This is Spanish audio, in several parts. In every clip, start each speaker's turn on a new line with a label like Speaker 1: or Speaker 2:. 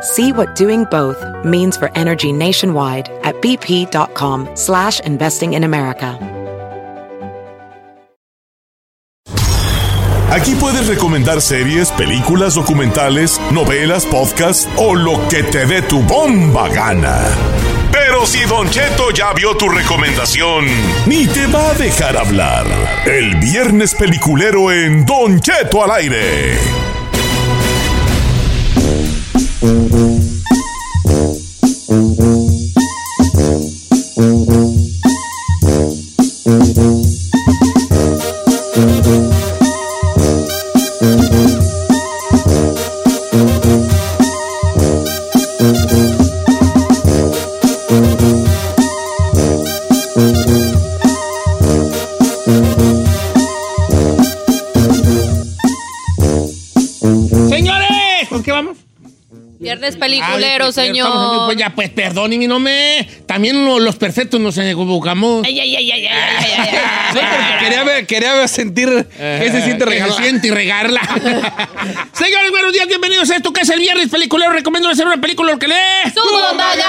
Speaker 1: See what doing both means for energy nationwide at bp.com slash investing in America.
Speaker 2: Aquí puedes recomendar series, películas, documentales, novelas, podcasts o lo que te dé tu bomba gana. Pero si Don Cheto ya vio tu recomendación, ni te va a dejar hablar. El viernes peliculero en Don Cheto al aire.
Speaker 3: Señores, ¿con qué vamos?
Speaker 4: Viernes
Speaker 3: Ay,
Speaker 4: peliculero,
Speaker 3: pues,
Speaker 4: señor.
Speaker 3: estamos aquí, pues ya, pues perdóneme, no me. También lo- los perfectos nos equivocamos. Ah.
Speaker 4: Ay, ay, ay, ay, ay, ay, ay, ay.
Speaker 5: Sí, porque quería, ver- quería ver sentir qué se siente
Speaker 3: regarla.
Speaker 5: regalar.
Speaker 3: siente regarla. Señores, buenos días, bienvenidos a esto que es el viernes peliculero. Recomiendo hacer una película que lee.
Speaker 4: ¡Tu bomba
Speaker 3: Boinas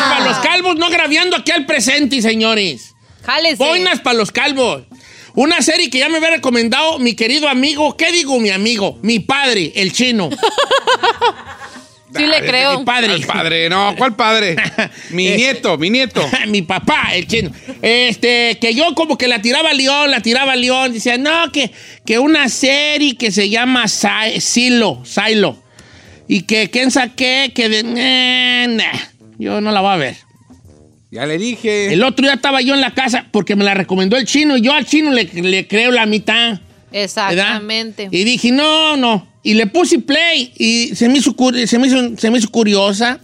Speaker 3: para los
Speaker 4: gana!
Speaker 3: calvos, no graviando aquí al presente, señores.
Speaker 4: ¡Jálese!
Speaker 3: Boinas para los calvos. Una serie que ya me había recomendado mi querido amigo, ¿qué digo mi amigo? Mi padre, el chino.
Speaker 4: Sí le creo.
Speaker 3: Ah, Mi padre.
Speaker 5: Al padre, no, ¿cuál padre? Mi
Speaker 3: Eh.
Speaker 5: nieto, mi nieto.
Speaker 3: mi papá, el chino. Este, que yo como que la tiraba a León, la tiraba a León. Decía, no, que, que una serie que se llama Sai- Silo, Silo. Y que quién saqué, que de. eh, nah, yo no la voy a ver.
Speaker 5: Ya le dije.
Speaker 3: El otro día estaba yo en la casa porque me la recomendó el chino. y Yo al chino le, le creo la mitad. ¿verdad?
Speaker 4: Exactamente.
Speaker 3: Y dije, no, no. Y le puse play y se me hizo, curi- se me hizo- se me hizo curiosa.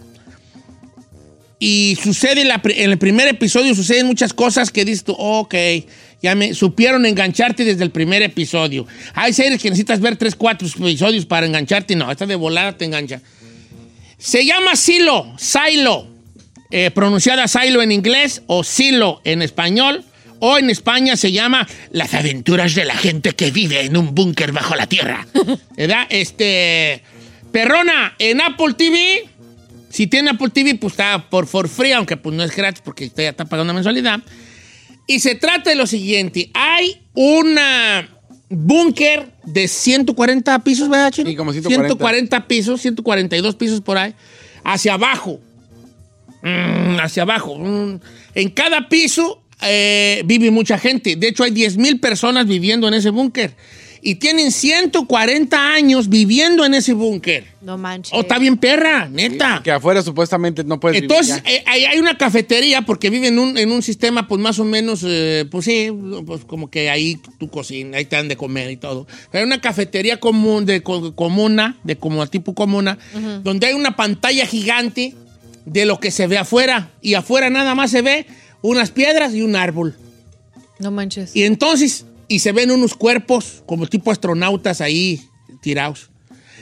Speaker 3: Y sucede, la pri- en el primer episodio suceden muchas cosas que dices tú, ok, ya me supieron engancharte desde el primer episodio. Hay series que necesitas ver tres, cuatro episodios para engancharte. No, esta de volada te engancha. Se llama Silo, Silo, eh, pronunciada Silo en inglés o Silo en español. O en España se llama Las aventuras de la gente que vive en un búnker bajo la tierra. ¿Verdad? Este. Perrona, en Apple TV. Si tiene Apple TV, pues está por for free, aunque pues no es gratis porque usted ya está pagando mensualidad. Y se trata de lo siguiente: hay una búnker de 140 pisos, ¿verdad, Chino?
Speaker 5: Sí, como 140.
Speaker 3: 140 pisos, 142 pisos por ahí, hacia abajo. Mm, hacia abajo. Mm. En cada piso eh, vive mucha gente. De hecho, hay 10 mil personas viviendo en ese búnker. Y tienen 140 años viviendo en ese búnker.
Speaker 4: No manches.
Speaker 3: Oh, está bien perra, neta.
Speaker 5: Que afuera supuestamente no puedes vivir
Speaker 3: Entonces,
Speaker 5: ya.
Speaker 3: eh, ahí hay una cafetería porque viven en un, en un sistema, pues más o menos, eh, pues sí, pues como que ahí tú cocinas, ahí te dan de comer y todo. Pero hay una cafetería común, de co- comuna, de como tipo comuna, donde hay una pantalla gigante de lo que se ve afuera. Y afuera nada más se ve unas piedras y un árbol.
Speaker 4: No manches.
Speaker 3: Y entonces, y se ven unos cuerpos como tipo astronautas ahí tirados.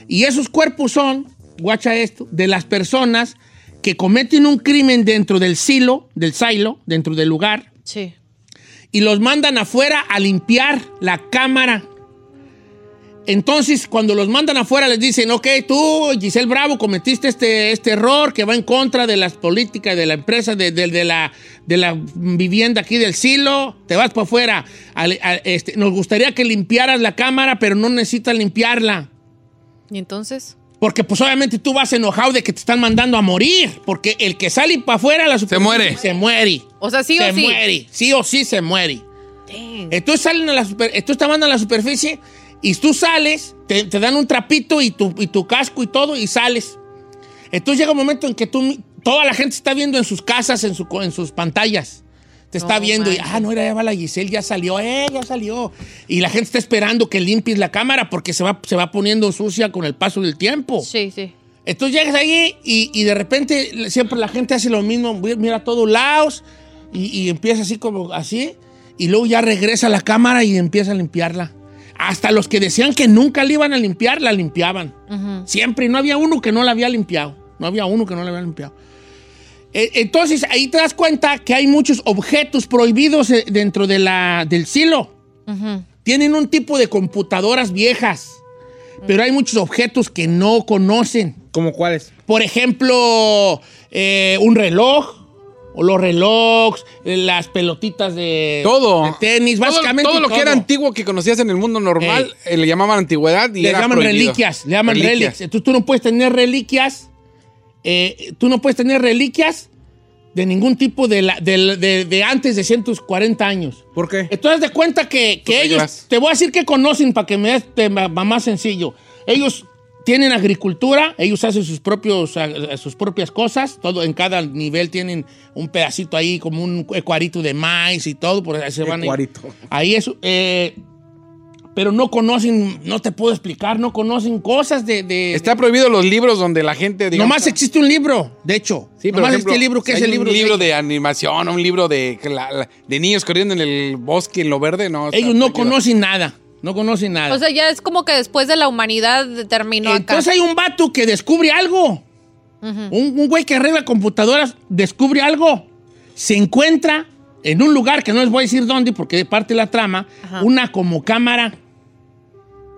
Speaker 3: Y esos cuerpos son, guacha esto, de las personas que cometen un crimen dentro del silo, del silo, dentro del lugar,
Speaker 4: Sí.
Speaker 3: y los mandan afuera a limpiar la cámara. Entonces, cuando los mandan afuera, les dicen, ok, tú, Giselle Bravo, cometiste este, este error que va en contra de las políticas de la empresa, de, de- de la, de la vivienda aquí del silo, te vas para afuera. Al- a- este, nos gustaría que limpiaras la cámara, pero no necesitas limpiarla.
Speaker 4: ¿Y entonces?
Speaker 3: Porque pues obviamente tú vas enojado de que te están mandando a morir. Porque el que sale para afuera la superficie
Speaker 5: muere.
Speaker 3: Se muere.
Speaker 4: O sea, sí o
Speaker 3: se
Speaker 4: sí.
Speaker 3: muere. Sí o sí se muere. Entonces salen a la super- entonces te mandan a la superficie y tú sales, te, te dan un trapito y tu, y tu casco y todo y sales. Entonces llega un momento en que tú, mi- toda la gente está viendo en sus casas, en, su, co- en sus pantallas. Te está
Speaker 4: No
Speaker 3: viendo y,
Speaker 4: manches.
Speaker 3: ah, no, era, ya va la Giselle, ya salió, eh, ya salió. Y la gente está esperando que limpies la cámara porque se va, se va poniendo sucia con el paso del tiempo.
Speaker 4: Sí, sí.
Speaker 3: Entonces llegas ahí y, y de repente siempre la gente hace lo mismo, mira a todos lados y, y empieza así como así y luego ya regresa a la cámara y empieza a limpiarla. Hasta los que decían que nunca la iban a limpiar, la limpiaban. Siempre, y no había uno que no la había limpiado. No había uno que no la había limpiado. E- Entonces ahí te das cuenta que hay muchos objetos prohibidos eh, dentro de la, del silo. Tienen un tipo de computadoras viejas, pero hay muchos objetos que no conocen.
Speaker 5: ¿Cómo cuáles?
Speaker 3: Por ejemplo, eh, un reloj, o los relojes, eh, las pelotitas de,
Speaker 5: Todo.
Speaker 3: de tenis,
Speaker 5: Todo-
Speaker 3: básicamente.
Speaker 5: Todo, lo que era
Speaker 3: todo.
Speaker 5: antiguo que conocías en el mundo normal, eh, le llamaban antigüedad y
Speaker 3: Le
Speaker 5: era
Speaker 3: llaman
Speaker 5: prohibido.
Speaker 3: reliquias, le llaman reliquias. Entonces tú no puedes tener reliquias, eh, tú no puedes tener reliquias de ningún tipo de, la- de- de- de antes de 140 años.
Speaker 5: ¿Por qué?
Speaker 3: Entonces de cuenta que, que
Speaker 5: Sus
Speaker 3: ellos,
Speaker 5: reglas.
Speaker 3: te voy a decir que conocen para que me des te- ma- ma- más sencillo. Ellos tienen agricultura, ellos hacen sus, propios, a- a- sus propias cosas, todo en cada nivel tienen un pedacito ahí como un cuarito de maíz y todo, por ahí se van ahí.
Speaker 5: Ecuarito.
Speaker 3: Ahí es, eh, pero no conocen, no te puedo explicar, no conocen cosas de... de-
Speaker 5: Está prohibido los libros donde la gente, digamos...
Speaker 3: nomás existe un libro, de hecho.
Speaker 5: Sí, pero
Speaker 3: nomás
Speaker 5: por ejemplo,
Speaker 3: existe el libro, que
Speaker 5: si
Speaker 3: es
Speaker 5: hay
Speaker 3: el libro,
Speaker 5: Un libro
Speaker 3: de
Speaker 5: de animación, un libro de, que la- la- de niños corriendo en el bosque, en lo verde, no. está
Speaker 3: Ellos no
Speaker 5: prohibido.
Speaker 3: conocen nada, no conocen nada.
Speaker 4: O sea, ya es como que después de la humanidad terminó acá.
Speaker 3: Entonces hay un vato que descubre algo. un, un güey que arregla computadoras descubre algo. Se encuentra en un lugar que no les voy a decir dónde porque de parte de la trama,
Speaker 4: Ajá.
Speaker 3: una como cámara,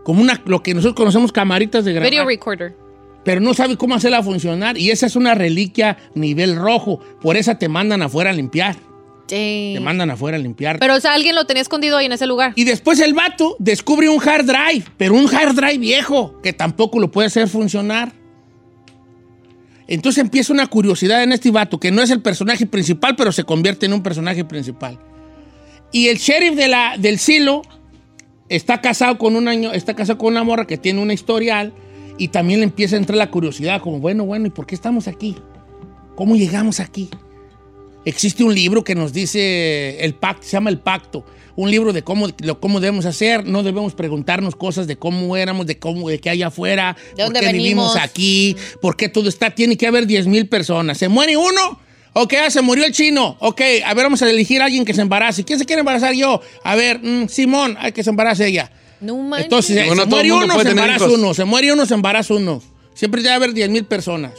Speaker 3: como una lo que nosotros conocemos camaritas de
Speaker 4: Video
Speaker 3: grabar,
Speaker 4: recorder.
Speaker 3: pero no sabe cómo hacerla funcionar y esa es una reliquia nivel rojo, por esa te mandan afuera a limpiar, te
Speaker 4: Dang.
Speaker 3: mandan afuera a limpiar.
Speaker 4: Pero, o sea, alguien lo tenía escondido ahí en ese lugar.
Speaker 3: Y después el vato descubre un hard drive, pero un hard drive viejo, que tampoco lo puede hacer funcionar. Entonces empieza una curiosidad en este vato, que no es el personaje principal, pero se convierte en un personaje principal. Y el sheriff de la, del silo está casado con un año, está casado con una morra que tiene una historial y también le empieza a entrar la curiosidad, como bueno, bueno, ¿y por qué estamos aquí? ¿Cómo llegamos aquí? Existe un libro que nos dice el pacto, se llama El Pacto, un libro de cómo, lo, cómo debemos hacer, no debemos preguntarnos cosas de cómo éramos, de cómo, de qué hay afuera,
Speaker 4: ¿De dónde
Speaker 3: por qué vivimos
Speaker 4: venimos?
Speaker 3: aquí, por qué todo está, tiene que haber 10 mil personas. ¿Se muere uno? Ok, ah, se murió el chino. Ok, a ver, vamos a elegir a alguien que se embarace. ¿Quién se quiere embarazar yo? A ver, mm, Simón, hay que se embarace ella.
Speaker 4: No manches.
Speaker 3: Entonces,
Speaker 5: Bueno,
Speaker 3: se
Speaker 5: todo
Speaker 3: muere
Speaker 5: el mundo
Speaker 3: uno, se
Speaker 5: puede tener
Speaker 3: embaraza
Speaker 5: hijos.
Speaker 3: uno, se muere uno, se embaraza uno. Siempre debe haber 10 mil personas.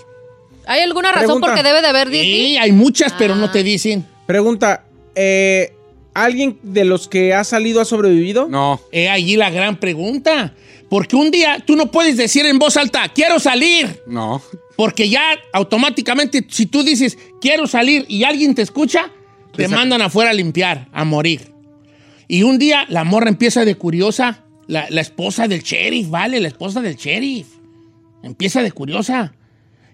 Speaker 4: ¿Hay alguna razón
Speaker 6: Pregunta.
Speaker 4: por qué debe de haber Disney?
Speaker 3: Sí, hay muchas, pero no te dicen.
Speaker 6: Pregunta, eh, ¿alguien de los que ha salido ha sobrevivido?
Speaker 5: No.
Speaker 3: He Eh, allí la gran pregunta. Porque un día tú no puedes decir en voz alta, quiero salir.
Speaker 5: No.
Speaker 3: Porque ya automáticamente, si tú dices, quiero salir y alguien te escucha, te mandan afuera a limpiar, a morir. Y un día la morra empieza de curiosa, la, la esposa del sheriff, ¿vale? La esposa del sheriff. Empieza de curiosa.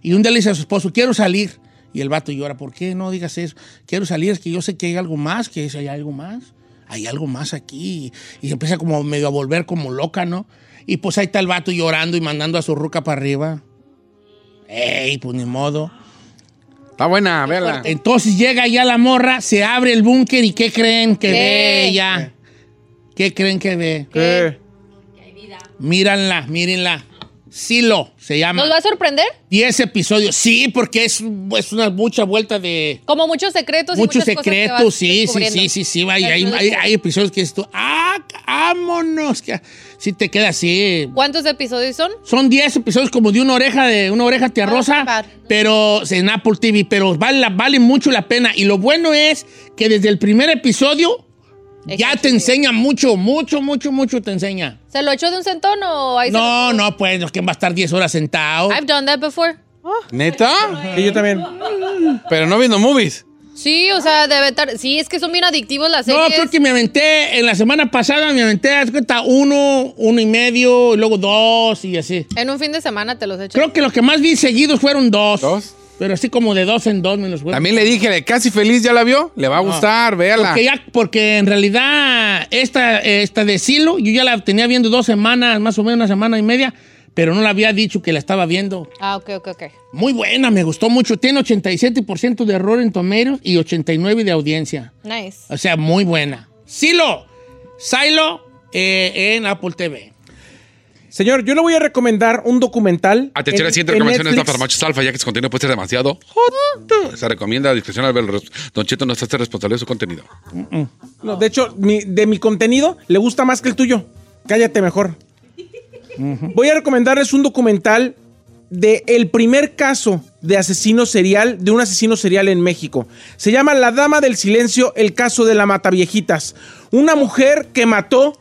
Speaker 3: Y un día le dice a su esposo, quiero salir. Y el vato llora, ¿por qué no digas eso? Quiero salir, es que yo sé que hay algo más, que es- hay algo más. Hay algo más aquí. Y se empieza como medio a volver como loca, ¿no? Y pues ahí está el vato llorando y mandando a su ruca para arriba. ¡Ey, pues ni modo!
Speaker 5: Está buena, véala.
Speaker 3: Entonces llega ya la morra, se abre el búnker y ¿qué creen que ve
Speaker 4: ¿Qué?
Speaker 3: ella? ¿Qué creen que ve?
Speaker 6: ¿Qué?
Speaker 3: Míranla, mírenla. Silo se llama.
Speaker 4: ¿Nos va a sorprender?
Speaker 3: 10 episodios. Sí, porque es, es una mucha vuelta de...
Speaker 4: Como muchos secretos y
Speaker 3: Muchos
Speaker 4: muchas cosas que vas
Speaker 3: secretos, sí, sí,
Speaker 4: descubriendo.
Speaker 3: sí, sí, sí, hay,
Speaker 4: Vas
Speaker 3: hay, hay-
Speaker 4: descubriendo.
Speaker 3: hay episodios que esto, ah, vámonos, que, si te queda así.
Speaker 4: ¿Cuántos episodios son?
Speaker 3: Son 10 episodios como de una oreja de una oreja tía
Speaker 4: Ah,
Speaker 3: rosa,
Speaker 4: par.
Speaker 3: pero en Apple TV, pero vale, la- vale mucho la pena y lo bueno es que desde el primer episodio ya
Speaker 4: Ejercicio.
Speaker 3: te enseña mucho, mucho, mucho, mucho te enseña.
Speaker 4: ¿Se lo echó de un centón o ahí se lo-
Speaker 3: No, no, pues, ¿quién va a estar 10 horas sentado?
Speaker 4: I've done that before.
Speaker 5: ¿Neta?
Speaker 6: Sí, yo también.
Speaker 5: Pero no viendo movies.
Speaker 4: Sí, o sea, de aventar. Sí, es que son bien adictivos las
Speaker 3: No,
Speaker 4: series.
Speaker 3: creo que me aventé, en la semana pasada me aventé, haz cuenta, uno, uno y medio, y luego dos y así.
Speaker 4: En un fin de semana te los echo.
Speaker 3: Creo que los que más vi seguidos fueron dos.
Speaker 5: ¿Dos?
Speaker 3: Pero así como de dos en dos me los fueron.
Speaker 5: También le dije, de casi feliz, ¿ya la vio? Le va a gustar, véala.
Speaker 3: Porque, ya, porque en realidad esta, esta de Silo, yo ya la tenía viendo dos semanas, más o menos una semana y media, pero no la había dicho que la estaba viendo.
Speaker 4: Ah, ok, ok, ok.
Speaker 3: Muy buena, me gustó mucho. Tiene 87% de error en Tomeros y 89% de audiencia.
Speaker 4: Nice.
Speaker 3: O sea, muy buena. Silo, Silo eh, en Apple TV.
Speaker 6: Señor, yo le voy a recomendar un documental.
Speaker 5: Ah,
Speaker 7: Atención, Ah, la siguiente recomendación es para machos alfa, ya que su contenido puede ser demasiado. jodido. Se recomienda a discreción al verlo. Don Cheto no se hace responsable de su contenido.
Speaker 6: No, de hecho, mi- de mi contenido le gusta más que el tuyo. Cállate mejor. Voy a recomendarles un documental de el primer caso de asesino serial, de un asesino serial en México. Se llama La Dama del Silencio, el caso de la Mataviejitas. Una mujer que mató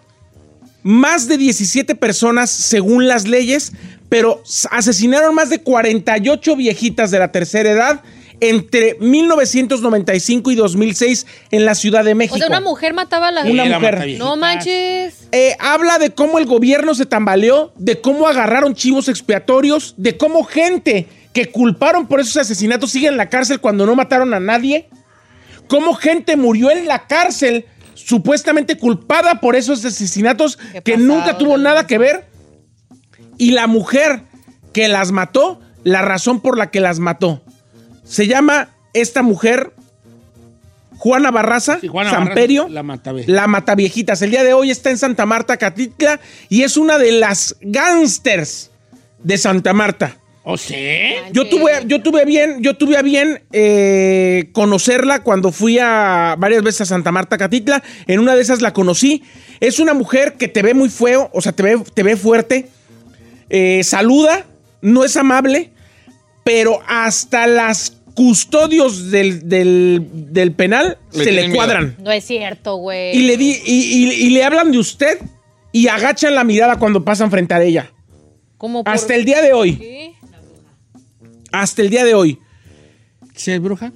Speaker 6: más de 17 personas según las leyes, pero s- asesinaron más de 48 viejitas de la tercera edad entre 1995 y 2006 en la Ciudad de México.
Speaker 4: O sea, una mujer mataba a la
Speaker 6: Una
Speaker 3: Sí, la
Speaker 6: mujer.
Speaker 3: mataviejitas.
Speaker 4: No manches.
Speaker 6: Eh, habla de cómo el gobierno se tambaleó, de cómo agarraron chivos expiatorios, de cómo gente que culparon por esos asesinatos sigue en la cárcel cuando no mataron a nadie, cómo gente murió en la cárcel supuestamente culpada por esos asesinatos
Speaker 4: Qué
Speaker 6: que
Speaker 4: pasado
Speaker 6: nunca tuvo
Speaker 4: de
Speaker 6: nada
Speaker 4: lanza.
Speaker 6: que ver y la mujer que las mató, la razón por la que las mató. Se llama esta mujer Juana Barraza,
Speaker 3: Sí, Juana
Speaker 6: Samperio,
Speaker 3: Barraza, la Matabe-
Speaker 6: la Mataviejitas. El día de hoy está en Santa Marta, Catitla, y es una de las gángsters de Santa Marta.
Speaker 3: ¿O sea?
Speaker 6: Yo tuve, yo tuve bien, yo tuve a bien eh, conocerla cuando fui a varias veces a Santa Marta Catitla. En una de esas la conocí. Es una mujer que te ve muy feo, o sea, te ve, te ve fuerte. Eh, saluda, no es amable, pero hasta las custodios del, del- del penal
Speaker 5: Le
Speaker 6: se
Speaker 5: tienen
Speaker 6: le
Speaker 5: miedo.
Speaker 6: cuadran.
Speaker 4: No es cierto, güey.
Speaker 6: Y le, di, y, y- y le hablan de usted y agachan la mirada cuando pasan frente a ella.
Speaker 4: Como por-
Speaker 6: Hasta el día de hoy.
Speaker 4: ¿Qué?
Speaker 6: Hasta el día de hoy.
Speaker 3: ¿Sí es bruja?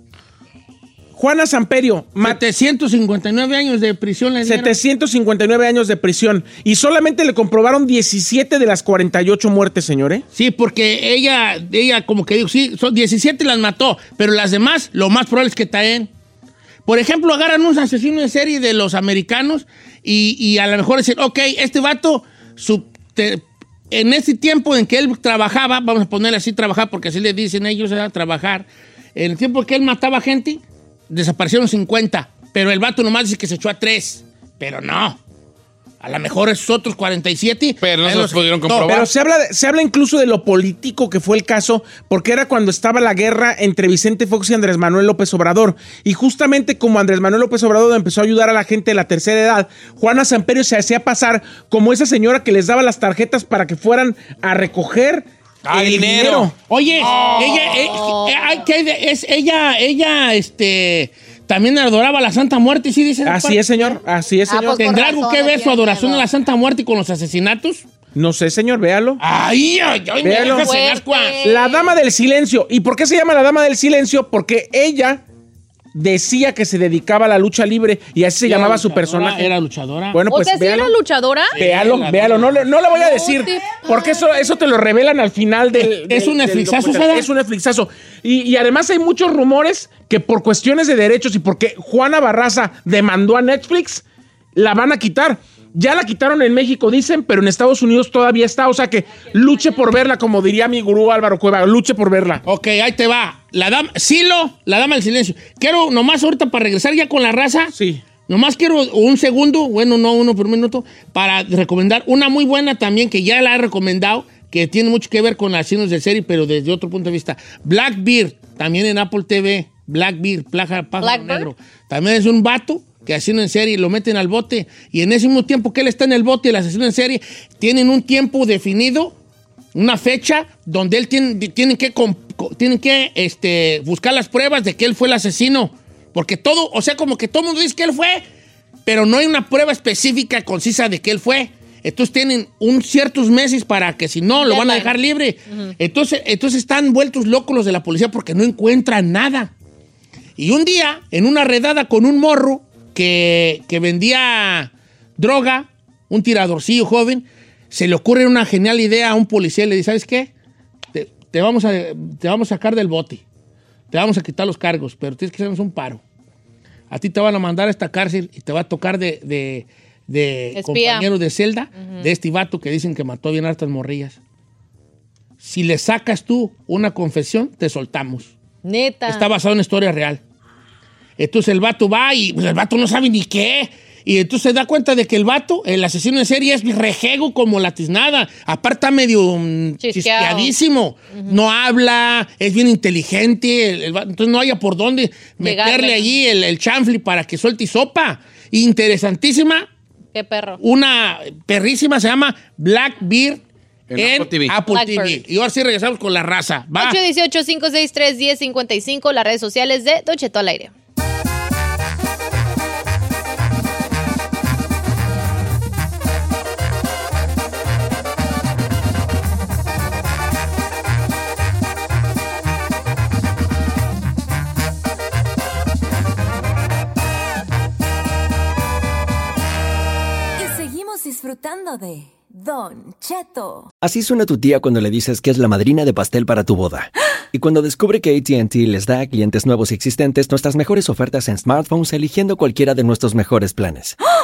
Speaker 6: Juana Samperio, mate
Speaker 3: 759 años de prisión le dieron.
Speaker 6: 759 años de prisión. Y solamente le comprobaron 17 de las 48 muertes, señor. ¿eh?
Speaker 3: Sí, porque ella, ella como que dijo, sí, son 17 las mató, pero las demás, lo más probable es que taen. Por ejemplo, agarran un asesino de serie de los americanos y, y a lo mejor dicen, ok, este vato, su- te- en ese tiempo en que él trabajaba, vamos a ponerle así trabajar, porque así le dicen ellos a trabajar, en el tiempo que él mataba gente, desaparecieron 50, pero el vato nomás dice que se echó a 3, pero no. A lo mejor esos otros 47.
Speaker 5: Pero no
Speaker 3: él
Speaker 5: se los pudieron
Speaker 3: quitó.
Speaker 5: comprobar.
Speaker 6: Pero se habla, de- se habla incluso de lo político que fue el caso, porque era cuando estaba la guerra entre Vicente Fox y Andrés Manuel López Obrador. Y justamente como Andrés Manuel López Obrador empezó a ayudar a la gente de la tercera edad, Juana Samperio se hacía pasar como esa señora que les daba las tarjetas para que fueran a recoger
Speaker 5: Ah,
Speaker 6: el
Speaker 5: dinero.
Speaker 6: dinero.
Speaker 3: Oye, ella, eh, eh, ay, que ella- es, ella, ella, este, también adoraba a la Santa Muerte, ¿sí dicen?
Speaker 6: Así es, señor. Así es,
Speaker 4: Ah,
Speaker 6: señor.
Speaker 4: pues-
Speaker 3: ¿Tendrá
Speaker 4: Con
Speaker 3: algo
Speaker 4: razón,
Speaker 3: que ver
Speaker 4: así
Speaker 3: su
Speaker 4: es,
Speaker 3: adoración a
Speaker 4: pero-
Speaker 3: la Santa Muerte con los asesinatos?
Speaker 6: No sé, señor, véalo.
Speaker 3: Ay, ay, ay, me
Speaker 6: Véalo.
Speaker 3: dejas en ascuas.
Speaker 4: Fuerte.
Speaker 6: La dama del silencio. ¿Y por qué se llama la dama del silencio? Porque ella decía que se dedicaba a la lucha libre y así se
Speaker 3: Era
Speaker 6: llamaba su
Speaker 3: luchadora,
Speaker 6: personaje.
Speaker 3: Era luchadora.
Speaker 6: Bueno,
Speaker 4: O
Speaker 6: pues
Speaker 4: sea, si
Speaker 6: véalo.
Speaker 4: era luchadora.
Speaker 6: Véalo,
Speaker 3: Sí, la
Speaker 6: véalo. No, le- no le voy a
Speaker 4: No
Speaker 6: decir.
Speaker 4: te
Speaker 6: Porque eso, eso te lo revelan al final del.
Speaker 3: Es
Speaker 6: del-
Speaker 3: un
Speaker 6: del
Speaker 3: Netflixazo,
Speaker 6: documental.
Speaker 3: Sara.
Speaker 6: Es un Netflixazo. Y, y además hay muchos rumores que por cuestiones de derechos y porque Juana Barraza demandó a Netflix, la van a quitar. Ya la quitaron en México, dicen, pero en Estados Unidos todavía está. O sea que luche por verla, como diría mi gurú Álvaro Cueva, luche por verla.
Speaker 3: Ok, ahí te va. La dama, Silo, la dama del silencio. Quiero nomás ahorita para regresar ya con la raza.
Speaker 6: Sí.
Speaker 3: Nomás quiero un segundo, bueno, no uno por un minuto, para recomendar una muy buena también que ya la he recomendado, que tiene mucho que ver con las cines de serie, pero desde otro punto de vista. Blackbeard, también en Apple TV. Blackbeard, plaja, pájaro
Speaker 4: Blackbird.
Speaker 3: negro. También es un vato que asesino en serie, lo meten al bote. Y en ese mismo tiempo que él está en el bote, el asesino en serie, tienen un tiempo definido, una fecha, donde él tiene, tienen que, com- co- tienen que este, buscar las pruebas de que él fue el asesino. Porque todo, o sea, como que todo el mundo dice que él fue, pero no hay una prueba específica, concisa de que él fue. Entonces tienen un ciertos meses para que si no, lo van a
Speaker 4: Deadline.
Speaker 3: dejar libre. entonces, entonces están vueltos locos los de la policía porque no encuentran nada. Y un día, en una redada con un morro que, que vendía droga, un tiradorcillo joven, se le ocurre una genial idea a un policía y le dice, ¿sabes qué? Te, te vamos, a, te vamos a sacar del bote, te vamos a quitar los cargos, pero tienes que hacernos un paro. A ti te van a mandar a esta cárcel y te va a tocar de, de, de
Speaker 4: Espía.
Speaker 3: compañero de celda de este vato que dicen que mató bien hartas morrillas. Si le sacas tú una confesión, te soltamos.
Speaker 4: Neta.
Speaker 3: Está basado en una historia real. Entonces el vato va y pues, el vato no sabe ni qué. Y entonces se da cuenta de que el vato, el asesino en serie, es rejego como la tiznada. Aparte está medio mm,
Speaker 4: Chisqueado.
Speaker 3: chisqueadísimo. No habla, es bien inteligente. el- el vato- entonces no haya por dónde
Speaker 4: Llegarle.
Speaker 3: meterle allí el, el chanfle para que suelte y sopa. Interesantísima
Speaker 4: Qué perro.
Speaker 3: una perrísima, se llama Blackbeard en,
Speaker 5: En Apple TV.
Speaker 3: Apple
Speaker 4: Blackbird.
Speaker 3: TV. Y ahora sí regresamos con la raza. Va.
Speaker 4: 818-563-1055, las redes sociales de Don Cheto al aire.
Speaker 8: Y seguimos disfrutando de Don Cheto.
Speaker 9: Así suena tu tía cuando le dices que es la madrina de pastel para tu boda. Y cuando descubre que ATT les da a clientes nuevos y existentes nuestras mejores ofertas en smartphones eligiendo cualquiera de nuestros mejores planes.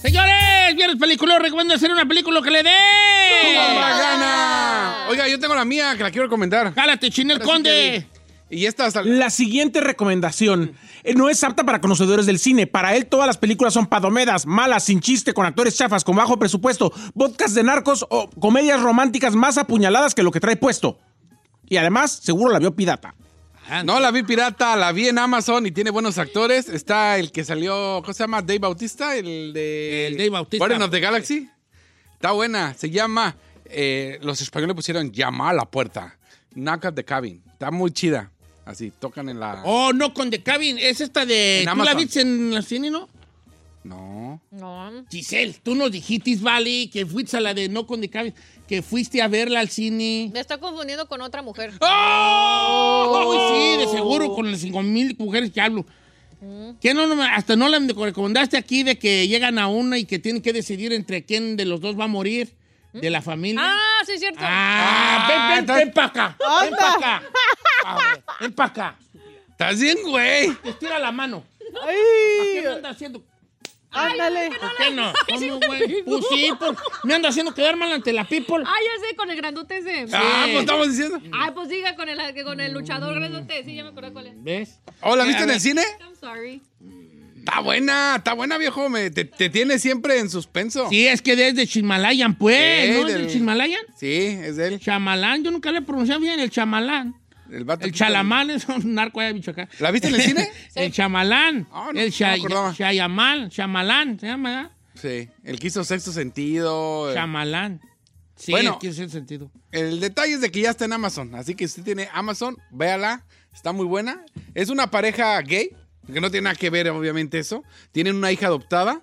Speaker 3: Señores, viernes película, recomiendo hacer una película que le dé.
Speaker 5: gana! Oiga, yo tengo la mía que la quiero recomendar.
Speaker 3: Jálate, Chinel
Speaker 5: Ahora sí
Speaker 3: Conde.
Speaker 5: que- Y esta hasta
Speaker 6: La siguiente recomendación eh, no es apta para conocedores del cine. Para él todas las películas son padomedas, malas, sin chiste, con actores chafas, con bajo presupuesto, podcast de narcos o comedias románticas más apuñaladas que lo que trae puesto. Y además, seguro la vio pirata.
Speaker 3: Ah.
Speaker 5: No la vi pirata, la vi en Amazon y tiene buenos actores. Está el que salió, ¿cómo se llama? Dave Bautista, el de.
Speaker 3: El Dave Bautista.
Speaker 5: Guardian of the Galaxy. Está buena, se llama. eh, los españoles pusieron llamar a la puerta. Knock at the cabin. Está muy chida. Así, tocan en la.
Speaker 3: Oh, no, con The Cabin. Es esta de.
Speaker 5: En
Speaker 3: ¿Tú la
Speaker 5: Amazon.
Speaker 3: viste en el cine, no?
Speaker 5: No.
Speaker 4: No.
Speaker 3: Giselle, tú nos dijiste, Valley, que fuiste a la de No con The Cabin, que fuiste a verla al cine.
Speaker 4: Me está confundiendo con otra mujer.
Speaker 3: ¡Oh! sí, de seguro, con las 5.000 mujeres que hablo.
Speaker 5: Mm.
Speaker 3: Que no, no me- hasta no la me recomendaste aquí de que llegan a una y que tienen que decidir entre quién de los dos va a morir, de la familia.
Speaker 4: Ah, sí, es cierto.
Speaker 3: Ah, ven, ven,
Speaker 5: está-
Speaker 3: ven para acá. Ven para acá. Ah, güey, Ven para acá.
Speaker 5: ¿Estás bien, güey?
Speaker 3: Estira la mano. ¿Qué me anda haciendo?
Speaker 10: Ándale.
Speaker 3: ¿Por qué no? ¿Cómo, güey? Pues sí, por- me anda haciendo quedar mal ante la people.
Speaker 4: Ah, ya sé, con el grandote ese.
Speaker 5: Ah, pues estamos diciendo.
Speaker 4: Ay, pues diga, con el, con el luchador grandote. Sí, ya me acuerdo cuál es.
Speaker 3: ¿Ves?
Speaker 5: ¿Oh, la
Speaker 3: Eh,
Speaker 5: viste
Speaker 3: a
Speaker 5: en
Speaker 3: ver.
Speaker 5: el cine?
Speaker 4: I'm sorry.
Speaker 5: Está buena, está buena, viejo. Me- te, te tiene siempre en suspenso.
Speaker 3: Sí, es que desde Chismalayan, pues.
Speaker 5: Sí,
Speaker 3: ¿No es del
Speaker 5: del-
Speaker 3: Chismalayan?
Speaker 5: Sí, es él.
Speaker 3: Chamalán, yo nunca le pronuncié bien el chamalán.
Speaker 5: El, vato
Speaker 3: El
Speaker 5: que-
Speaker 3: chalamán es un narco allá de Michoacán.
Speaker 5: ¿La viste en el cine?
Speaker 3: El chamalán.
Speaker 5: Ah, no,
Speaker 3: el
Speaker 5: no me acordaba.
Speaker 3: chayamal. Chamalán, se llama, ¿verdad?
Speaker 5: Sí. El que hizo sexto sentido. eh,
Speaker 3: Chamalán. Sí,
Speaker 5: Bueno.
Speaker 3: es que ese es el sentido.
Speaker 5: El detalle es de que ya está en Amazon. Así que si usted tiene Amazon, véala. Está muy buena. Es una pareja gay, que no tiene nada que ver, obviamente, eso. Tienen una hija adoptada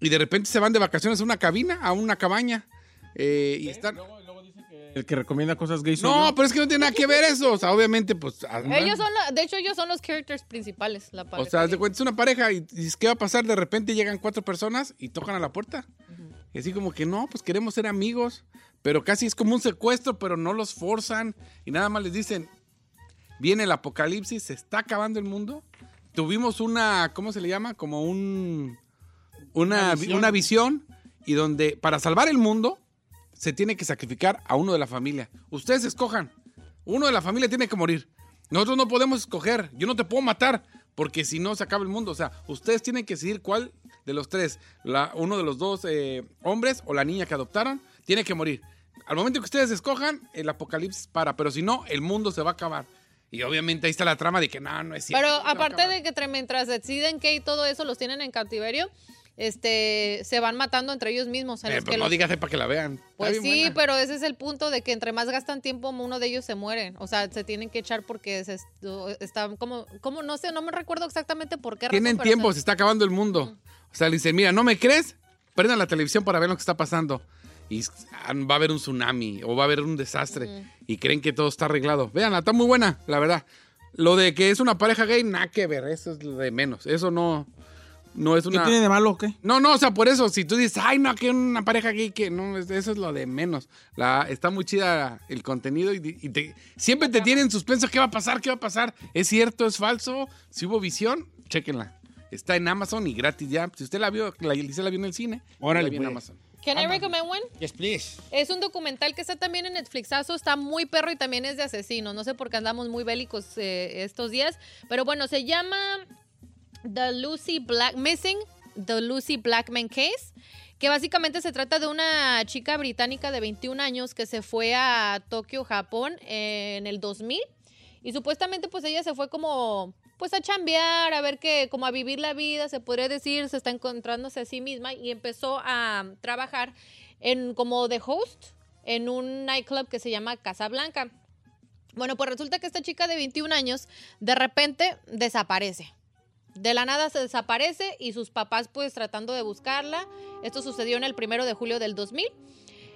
Speaker 5: y de repente se van de vacaciones a una cabina, a una cabaña. Eh, y están.
Speaker 6: El que recomienda cosas gays. soy
Speaker 5: No,
Speaker 6: yo.
Speaker 5: pero es que no tiene nada que ver eso. O sea, obviamente, pues. a-
Speaker 4: Ellos son, la- de hecho, ellos son los characters principales, la
Speaker 5: O
Speaker 4: pareja.
Speaker 5: sea, haz de cuenta, es una pareja y, y ¿qué va a pasar? De repente llegan cuatro personas y tocan a la puerta. Y así como que no, pues queremos ser amigos. Pero casi es como un secuestro, pero no los forzan. Y nada más les dicen, viene el apocalipsis, se está acabando el mundo. Tuvimos una, ¿cómo se le llama? Como un... Una,
Speaker 3: Una
Speaker 5: una
Speaker 3: visión.
Speaker 5: visión. y donde para salvar el mundo se tiene que sacrificar a uno de la familia. Ustedes escojan. Uno de la familia tiene que morir. Nosotros no podemos escoger. Yo no te puedo matar porque si no se acaba el mundo. O sea, ustedes tienen que decidir cuál de los tres, la- uno de los dos eh, hombres o la niña que adoptaron, tiene que morir. Al momento que ustedes escojan, el apocalipsis para, pero si no, el mundo se va a acabar. Y obviamente ahí está la trama de que no, no es cierto.
Speaker 4: Pero aparte de que tre- mientras deciden que y todo eso los tienen en cautiverio, este, se van matando entre ellos mismos. en
Speaker 5: Eh,
Speaker 4: los
Speaker 5: pero
Speaker 4: que
Speaker 5: no
Speaker 4: los-
Speaker 5: digas ahí para que la vean. Está
Speaker 4: Pues
Speaker 5: bien
Speaker 4: sí,
Speaker 5: buena.
Speaker 4: pero ese es el punto de que entre más gastan tiempo, uno de ellos se muere. O sea, se tienen que echar porque se est- están como, como no sé, no me recuerdo exactamente por qué. razón,
Speaker 5: Tienen
Speaker 4: pero
Speaker 5: tiempo, se
Speaker 4: se-
Speaker 5: está acabando el mundo. O sea, le dicen, mira, ¿no me crees? Prendan la televisión para ver lo que está pasando. Y s- ah, va a haber un tsunami o va a haber un desastre. Y creen que todo está arreglado. Veanla, está muy buena, la verdad. Lo de que es una pareja gay, nada que ver, eso es lo de menos. Eso no, no es
Speaker 6: ¿Qué
Speaker 5: una...
Speaker 6: tiene de malo o qué?
Speaker 5: No, no, o sea, por eso, si tú dices, ay, no, que una pareja gay, que no, es- eso es lo de menos. La, está muy chida el contenido y, di- y te- siempre te tienen en suspenso, ¿qué va a pasar? ¿Qué va a pasar? ¿Es cierto? ¿Es falso? Si hubo visión, chéquenla. Está en Amazon y gratis ya. Si usted la vio, la, Elise la vio en el cine, ahora la
Speaker 3: Órale,
Speaker 5: vi en
Speaker 3: pues.
Speaker 5: Amazon.
Speaker 4: Can I recommend one?
Speaker 3: Yes, please.
Speaker 4: Es un documental que está también en Netflixazo, está muy perro y también es de asesinos. No sé por qué andamos muy bélicos eh, estos días, pero bueno, se llama The Lucy Black Missing, The Lucy Blackman Case, que básicamente se trata de una chica británica de 21 años que se fue a Tokio, Japón, en el 2000 y supuestamente pues ella se fue como pues a chambear, a ver que como a vivir la vida, se podría decir, se está encontrándose a sí misma y empezó a um, trabajar en como de host en un nightclub que se llama Casa Blanca. Bueno, pues resulta que esta chica de 21 años de repente desaparece. De la nada se desaparece y sus papás pues tratando de buscarla. Esto sucedió en el primero de julio del 2000.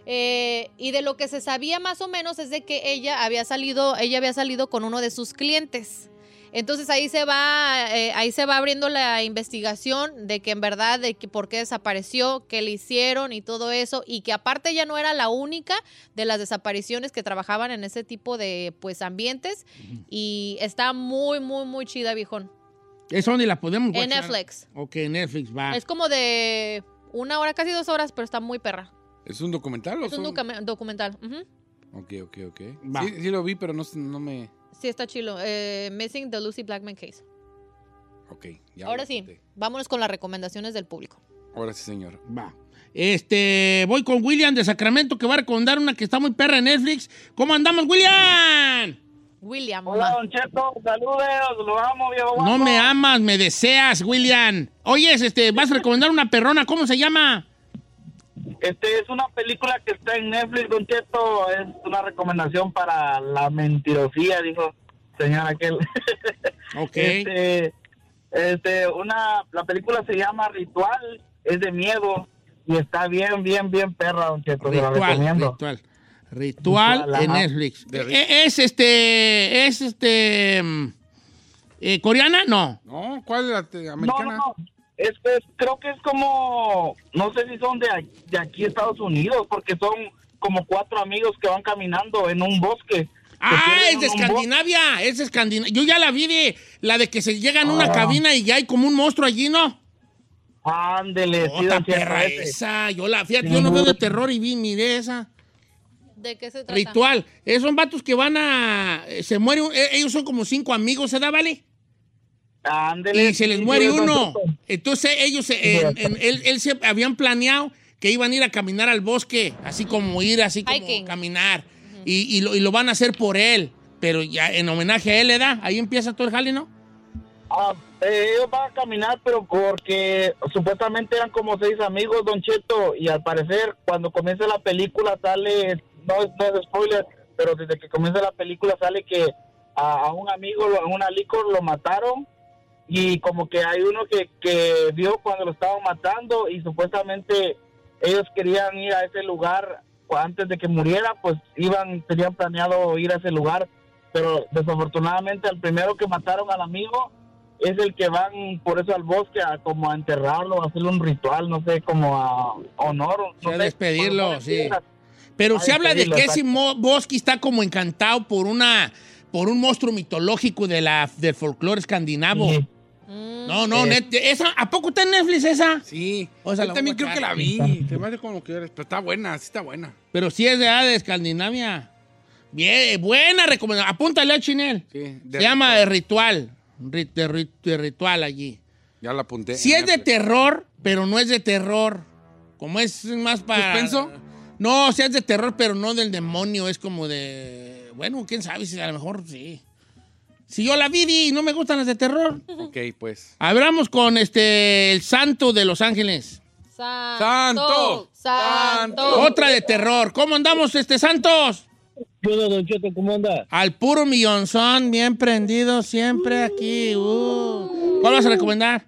Speaker 4: Eh, y de lo que se sabía más o menos es de que ella había salido, ella había salido con uno de sus clientes. Entonces ahí se va, eh, ahí se va abriendo la investigación de que en verdad, de que por qué desapareció, qué le hicieron y todo eso, y que aparte ella no era la única de las desapariciones que trabajaban en ese tipo de pues ambientes. Y está muy, muy, muy chida, viejón.
Speaker 3: ¿Es donde la podemos
Speaker 4: En
Speaker 3: watchar?
Speaker 4: Netflix.
Speaker 3: Ok, en Netflix, va.
Speaker 4: Es como de una hora, casi dos horas, pero está muy perra.
Speaker 5: ¿Es un documental o
Speaker 4: Es un
Speaker 5: son-
Speaker 4: docu- documental. ujú.
Speaker 5: Ok, ok, ok.
Speaker 3: Va.
Speaker 5: Sí, sí lo vi, pero no, s- no me...
Speaker 4: Sí, está chilo. Eh, Missing the Lucy Blackman Case.
Speaker 5: Ok, ya.
Speaker 4: Ahora
Speaker 5: lo
Speaker 4: sí,
Speaker 5: apunté.
Speaker 4: vámonos con las recomendaciones del público.
Speaker 5: Ahora sí, señor.
Speaker 3: Va. Este, voy con William de Sacramento que va a recomendar una que está muy perra en Netflix. ¿Cómo andamos, William?
Speaker 4: William.
Speaker 10: Hola, Don Cheto, saludos, lo amo, viejo.
Speaker 3: No
Speaker 10: guapo.
Speaker 3: me amas, me deseas, William. Oyes, este, vas a recomendar una perrona, ¿cómo se llama?
Speaker 10: Este es una película que está en Netflix, Don Cheto, es una recomendación para la mentirosía, dijo señor aquel.
Speaker 3: Ok.
Speaker 10: Este, este, una, la película se llama Ritual, es de miedo y está bien, bien, bien perra, Don Cheto, se Pues la
Speaker 3: Ritual,
Speaker 10: recomiendo.
Speaker 3: ritual. Ritual
Speaker 10: Ajá.
Speaker 3: en Netflix.
Speaker 10: De ri-
Speaker 3: Eh, Es este, es este, mm, eh, coreana, no.
Speaker 5: No, ¿cuál es la te-
Speaker 10: No, no,
Speaker 5: americana?
Speaker 10: no. Es, es- creo que es como, no sé si son de, a- de aquí Estados Unidos, porque son como cuatro amigos que van caminando en un bosque.
Speaker 3: Ah, es de Escandinavia, es de Escandinavia. Yo ya la vi de la de que se llegan a
Speaker 10: Ah.
Speaker 3: una cabina y ya hay como un monstruo allí, ¿no?
Speaker 10: Ándele, sí,
Speaker 3: Otra
Speaker 10: don Cheto,
Speaker 3: perra
Speaker 10: ese.
Speaker 3: esa. Yo la fíjate, yo no veo de terror y vi, miré esa.
Speaker 4: ¿De qué se trata?
Speaker 3: Ritual. Eh, son vatos que van a. eh, Se muere. un- eh, ellos son como cinco amigos, ¿se da, vale?
Speaker 10: Ándele,
Speaker 3: y se les
Speaker 10: sí,
Speaker 3: muere
Speaker 10: sí, don
Speaker 3: uno.
Speaker 10: Cheto.
Speaker 3: Entonces ellos, eh, en- en- él, él se habían planeado que iban a ir a caminar al bosque, así como ir, así como caminar. Y, y lo, y lo van a hacer por él, pero ya en homenaje a él, ¿verdad? Ahí empieza todo el jale, ¿no?
Speaker 10: Ah, eh, ellos van a caminar, pero porque supuestamente eran como seis amigos, Don Cheto, y al parecer cuando comienza la película sale, no, es- no es spoiler, pero desde que comienza la película sale que a, a un amigo, lo- a una licor lo mataron y como que hay uno que, que vio cuando lo estaban matando y supuestamente ellos querían ir a ese lugar cu- antes de que muriera, pues iban, tenían planeado ir a ese lugar, pero desafortunadamente al primero que mataron al amigo es el que van por eso al bosque a como a enterrarlo, a hacerle un ritual, no sé, como a honor.
Speaker 3: O sea,
Speaker 10: no sé,
Speaker 3: despedirlo,
Speaker 10: ponerle
Speaker 3: sí.
Speaker 10: piedras.
Speaker 3: Pero
Speaker 10: A
Speaker 3: se habla de
Speaker 10: despedirlo,
Speaker 3: que
Speaker 10: exacto.
Speaker 3: ese mo- bosque está como encantado por una por un monstruo mitológico de la, del folclore escandinavo.
Speaker 4: Mm.
Speaker 3: No, no,
Speaker 5: Sí.
Speaker 3: net- esa, ¿a poco está en Netflix esa?
Speaker 5: Eh, Sí.
Speaker 3: O sea, la
Speaker 5: Yo también
Speaker 3: voy Eh, a
Speaker 5: creo que la
Speaker 3: echar.
Speaker 5: vi. Te más de como que eres, pero está buena, sí está buena.
Speaker 3: Pero sí es de, ah, de Escandinavia. Bien, buena recomendación. Apúntale a Chinel.
Speaker 5: Sí,
Speaker 3: Se llama de ritual. Ri- de ri- de ritual allí.
Speaker 5: Ya la apunté.
Speaker 3: Sí es de terror, pero no es de terror. Como es más para...
Speaker 5: ¿Suspenso?
Speaker 3: No, o sea, es de terror, pero no del demonio. Es como de... Bueno, quién sabe si a lo mejor sí. Si yo la vi y no me gustan las de terror.
Speaker 5: Ok, pues.
Speaker 3: Hablamos con este... El santo de Los Ángeles.
Speaker 4: Santo. Santo.
Speaker 3: Otra de terror. ¿Cómo andamos, este Santos?
Speaker 11: Don Cheto, ¿cómo anda?
Speaker 3: Al puro millonzón, bien prendido siempre aquí. uh. ¿Cuál vas a recomendar?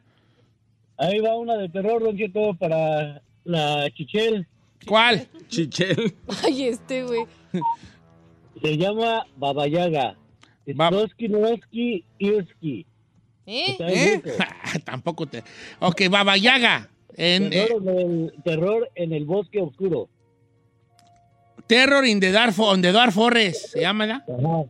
Speaker 11: Ahí va una de terror, Don Cheto, para la Chichel.
Speaker 3: ¿Cuál?
Speaker 5: Chichel.
Speaker 4: Ay, este, güey.
Speaker 11: Se llama Babayaga. Noski, Noski, Irski.
Speaker 4: ¿Eh?
Speaker 11: Está en
Speaker 3: ¿Eh? Tampoco te... Ok, Baba Yaga. En, eh,
Speaker 11: terror, en el, terror en el bosque oscuro.
Speaker 3: Terror in the Dark, Fo- on the Dark Forest, se llama, ¿verdad?
Speaker 11: Ajá.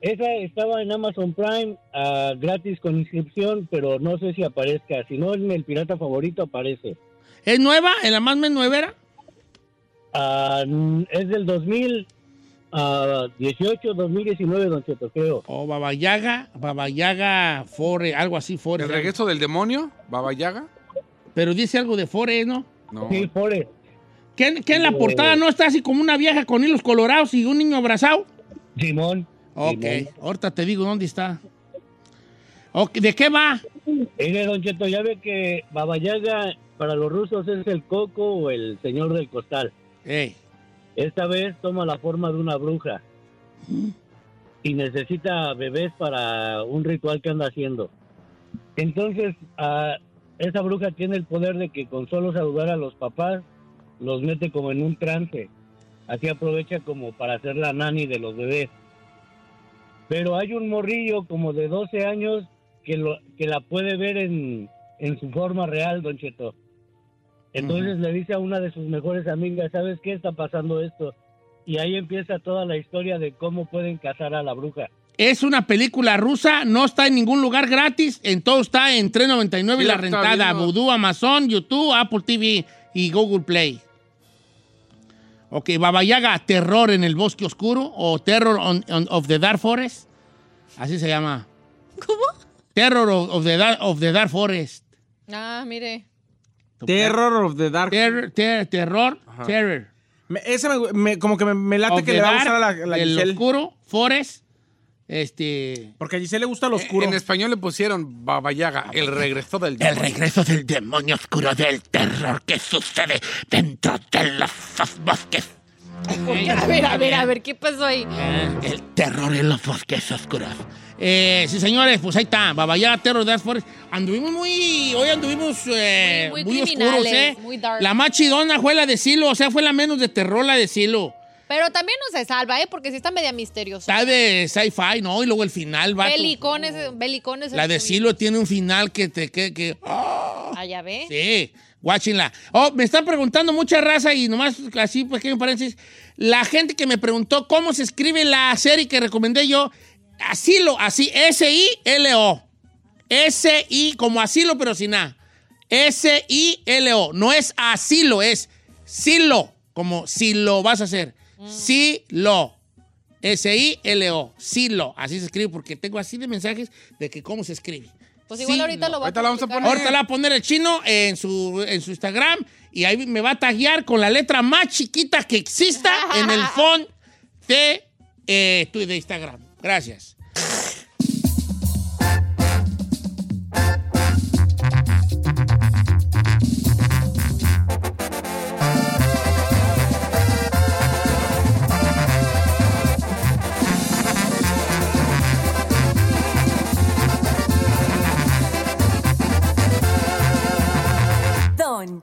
Speaker 11: Esa estaba en Amazon Prime ah, gratis con inscripción, pero no sé si aparezca. Si no, en el pirata favorito aparece.
Speaker 3: ¿Es nueva? ¿En la más nuevera?
Speaker 11: Ah, n- es del ah, 2018, 2019, Don Cheto, creo.
Speaker 3: O Baba Yaga, Baba Yaga Forest, algo así,
Speaker 5: ¿El
Speaker 3: Forest.
Speaker 5: regreso del demonio? ¿Baba Yaga?
Speaker 3: Pero dice algo de Forest, ¿no?
Speaker 5: No.
Speaker 11: Sí, Eh. Forest.
Speaker 3: Que en, que en la portada no está así como una vieja con hilos colorados y un niño abrazado.
Speaker 11: Simón.
Speaker 3: Ok,
Speaker 11: Simón.
Speaker 3: ahorita te digo dónde está. Ok, ¿De qué va?
Speaker 11: Mire, Don Cheto, ya ve que Baba Yaga para los rusos es el coco o el señor del costal.
Speaker 3: Ey,
Speaker 11: Esta vez toma la forma de una bruja y necesita bebés para un ritual que anda haciendo. Entonces, ah, esa bruja tiene el poder de que con solo saludar a los papás, los mete como en un trance. Así aprovecha como para hacer la nani de los bebés. Pero hay un morrillo como de 12 años que, lo, que la puede ver en, en su forma real, Don Cheto. Entonces le dice a una de sus mejores amigas, ¿sabes qué está pasando esto? Y ahí empieza toda la historia de cómo pueden cazar a la bruja.
Speaker 3: es una película rusa, no está en ningún lugar gratis, en todo está en 3.99
Speaker 5: Sí,
Speaker 3: la
Speaker 5: está
Speaker 3: rentada,
Speaker 5: viendo.
Speaker 3: Voodoo, Amazon, YouTube, Apple TV y Google Play. Ok, Baba Yaga, Terror en el Bosque Oscuro o Terror on- on- of the Dark Forest, así se llama.
Speaker 4: ¿Cómo?
Speaker 3: Terror of, of the, dark, of the Dark Forest.
Speaker 4: Ah, mire.
Speaker 6: Terror of the Dark.
Speaker 3: Ter- ter- terror, Terror.
Speaker 6: Me- esa me, me- como que me, me late
Speaker 3: Of
Speaker 6: que
Speaker 3: the
Speaker 6: le va a
Speaker 3: dark,
Speaker 6: gustar a la, la
Speaker 3: el
Speaker 6: Giselle.
Speaker 3: oscuro, Forest, este...
Speaker 6: Porque a Giselle le gusta lo oscuro.
Speaker 5: En español le pusieron Baba Yaga, el regreso del
Speaker 3: El
Speaker 5: demonio.
Speaker 3: regreso del demonio oscuro del terror que sucede dentro de los bosques.
Speaker 4: A ver, a ver, a ver, ¿qué pasó ahí?
Speaker 3: Eh, el terror en los bosques oscuros. Eh, sí, señores, pues ahí está. Babayá, Terror de las Forest. Anduvimos muy. Hoy anduvimos eh,
Speaker 4: Muy-
Speaker 3: muy,
Speaker 4: muy
Speaker 3: oscuros, ¿eh?
Speaker 4: criminales, muy dark.
Speaker 3: La más chidona fue la de Silo. O sea, fue la menos de terror la de Silo.
Speaker 4: Pero también no se salva, ¿eh? Porque sí está media misteriosa.
Speaker 3: Está de sci-fi, ¿no? Y luego el final, va.
Speaker 4: Belicones, belicones.
Speaker 3: La de Silo tiene un final que te. Que, que,
Speaker 4: Allá Ah, ve.
Speaker 3: Sí, guáchenla. Oh, me están preguntando mucha raza y nomás así, pues que me parece. La gente que me preguntó cómo se escribe la serie que recomendé yo, Asilo, así, S-I-L-O. S-I, como asilo, pero sin A. S-I-L-O. No es asilo, es silo, como si lo vas a hacer. Silo. S-I-L-O. Silo. Así se escribe, porque tengo así de mensajes de que cómo se escribe.
Speaker 4: Pues igual ahorita lo va
Speaker 5: Ahorita la vamos a
Speaker 4: publicar.
Speaker 5: poner.
Speaker 3: Ahorita la va a poner el chino en su, en su Instagram y ahí me va a taguear con la letra más chiquita que exista en el font de, eh, tu- de Instagram. Gracias.
Speaker 12: Don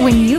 Speaker 12: When you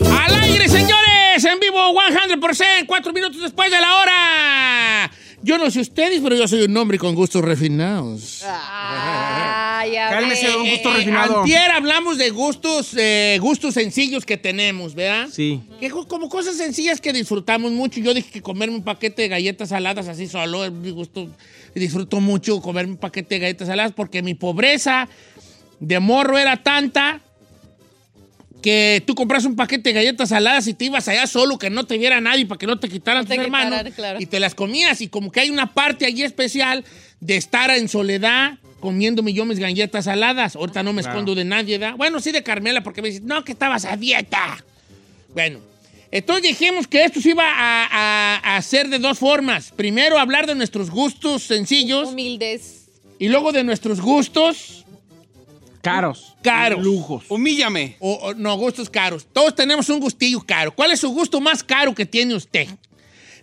Speaker 3: ¡Al aire, señores! En vivo, 100%, cuatro minutos después de la hora. Yo no sé ustedes, pero yo soy un hombre con gustos refinados.
Speaker 4: Ah, ya
Speaker 3: Cálmese,
Speaker 4: ve. Eh,
Speaker 3: don gusto refinado. Antier hablamos de gustos, eh, gustos sencillos que tenemos, ¿verdad?
Speaker 6: Sí.
Speaker 3: Que co- como cosas sencillas que disfrutamos mucho. Yo dije que comerme un paquete de galletas saladas así solo es mi gusto. Disfruto mucho comerme un paquete de galletas saladas porque mi pobreza de morro era tanta que tú compras un paquete de galletas saladas y te ibas allá solo, que no te viera nadie para que no te quitaran
Speaker 4: te
Speaker 3: tus hermanos.
Speaker 4: quitaran, claro.
Speaker 3: Y te las comías. Y como que hay una parte allí especial de estar en soledad comiéndome yo mis galletas saladas. Ahorita no me
Speaker 13: Claro.
Speaker 3: escondo de nadie, ¿verdad? Bueno, sí de Carmela, porque me dice, no, que estabas a dieta. Bueno, entonces dijimos que esto se iba a, a- a hacer de dos formas. Primero, hablar de nuestros gustos sencillos.
Speaker 4: Humildes.
Speaker 3: Y luego de nuestros gustos.
Speaker 6: Caros.
Speaker 3: Caros.
Speaker 6: Lujos.
Speaker 3: Humíllame. no, gustos caros. Todos tenemos un gustillo caro. ¿Cuál es su gusto más caro que tiene usted?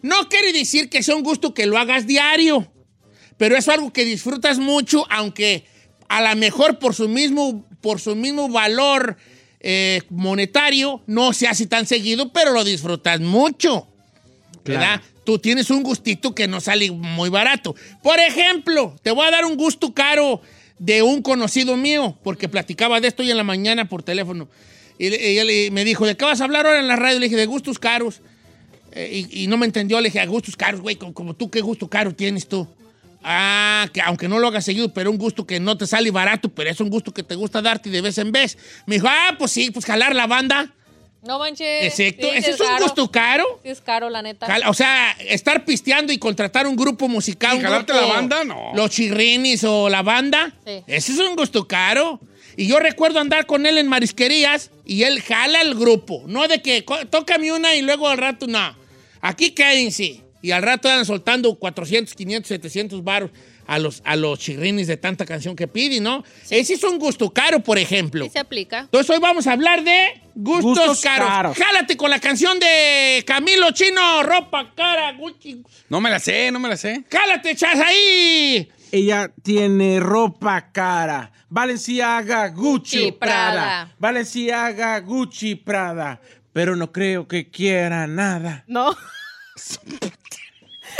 Speaker 3: No quiere decir que sea un gusto que lo hagas diario, pero es algo que disfrutas mucho, aunque a lo mejor por su mismo, por su mismo valor eh, monetario no se hace tan seguido, pero lo disfrutas mucho. ¿Verdad? Tú tienes un gustito que no sale muy barato. Por ejemplo, te voy a dar un gusto caro de un conocido mío, porque platicaba de esto hoy en la mañana por teléfono. Y, le- y él eh, me dijo, ¿de qué vas a hablar ahora en la radio? Le dije, de gustos caros. Eh, y, y no me entendió, le dije, a gustos caros, güey, como, como tú, ¿qué gusto caro tienes tú? Ah, que aunque no lo hagas seguido, pero un gusto que no te sale barato, pero es un gusto que te gusta darte de vez en vez. Me dijo, ah, pues sí, pues jalar la banda.
Speaker 4: No manches.
Speaker 3: Exacto,
Speaker 4: Sí,
Speaker 3: ese es un
Speaker 4: caro.
Speaker 3: gusto caro.
Speaker 4: Sí, es caro, la neta.
Speaker 3: Cal- O sea, estar pisteando y contratar un grupo musical.
Speaker 4: ¿Y
Speaker 3: un
Speaker 4: jalarte
Speaker 3: grupo-
Speaker 4: la banda?
Speaker 5: No.
Speaker 3: Los chirrinis o la banda.
Speaker 4: Sí.
Speaker 3: Ese es un gusto caro. Y yo recuerdo andar con él en marisquerías y él jala el grupo. No de que co- tócame una y luego al rato, no. Aquí quédense. Y al rato andan soltando 400, 500, 700 baros a los, a los chirrinis de tanta canción que piden, ¿no? Ese es un gusto caro, por ejemplo.
Speaker 4: Sí se aplica.
Speaker 3: Entonces hoy vamos a hablar de gustos,
Speaker 4: Gustos
Speaker 3: caros.
Speaker 4: caros.
Speaker 3: Jálate con la canción de Camilo Chino, ropa cara, Gucci.
Speaker 5: No me la sé, no me la sé.
Speaker 3: Jálate, chas ahí.
Speaker 6: Ella tiene ropa cara. Valenciaga, Gucci,
Speaker 4: Gucci,
Speaker 6: Prada.
Speaker 4: Prada.
Speaker 6: Valenciaga, Gucci, Prada. Pero no creo que quiera nada.
Speaker 14: No.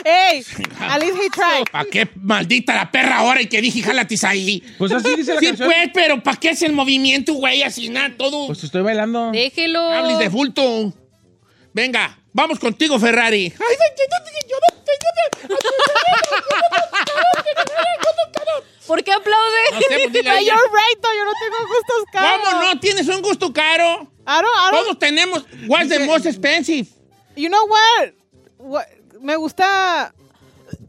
Speaker 14: ¡Ey! At least he tried.
Speaker 3: ¿Para qué maldita la perra ahora y que dije jálate ahí?
Speaker 6: Pues así dice la
Speaker 3: sí,
Speaker 6: canción.
Speaker 3: pues, pero ¿para qué es el movimiento, güey? Así nada, todo.
Speaker 6: Pues estoy
Speaker 3: Ah.
Speaker 6: bailando.
Speaker 4: Déjelo.
Speaker 3: Hables de bulto. Venga, vamos contigo, Ferrari.
Speaker 4: ¿Por qué aplaude?
Speaker 3: No sé, pues, dile a
Speaker 14: But
Speaker 3: ella.
Speaker 14: you're right, though. Yo no tengo gustos caros.
Speaker 3: ¿Cómo no? ¿Tienes un gusto caro? Todos tenemos. What's the most expensive?
Speaker 14: You know what? What- Me gusta...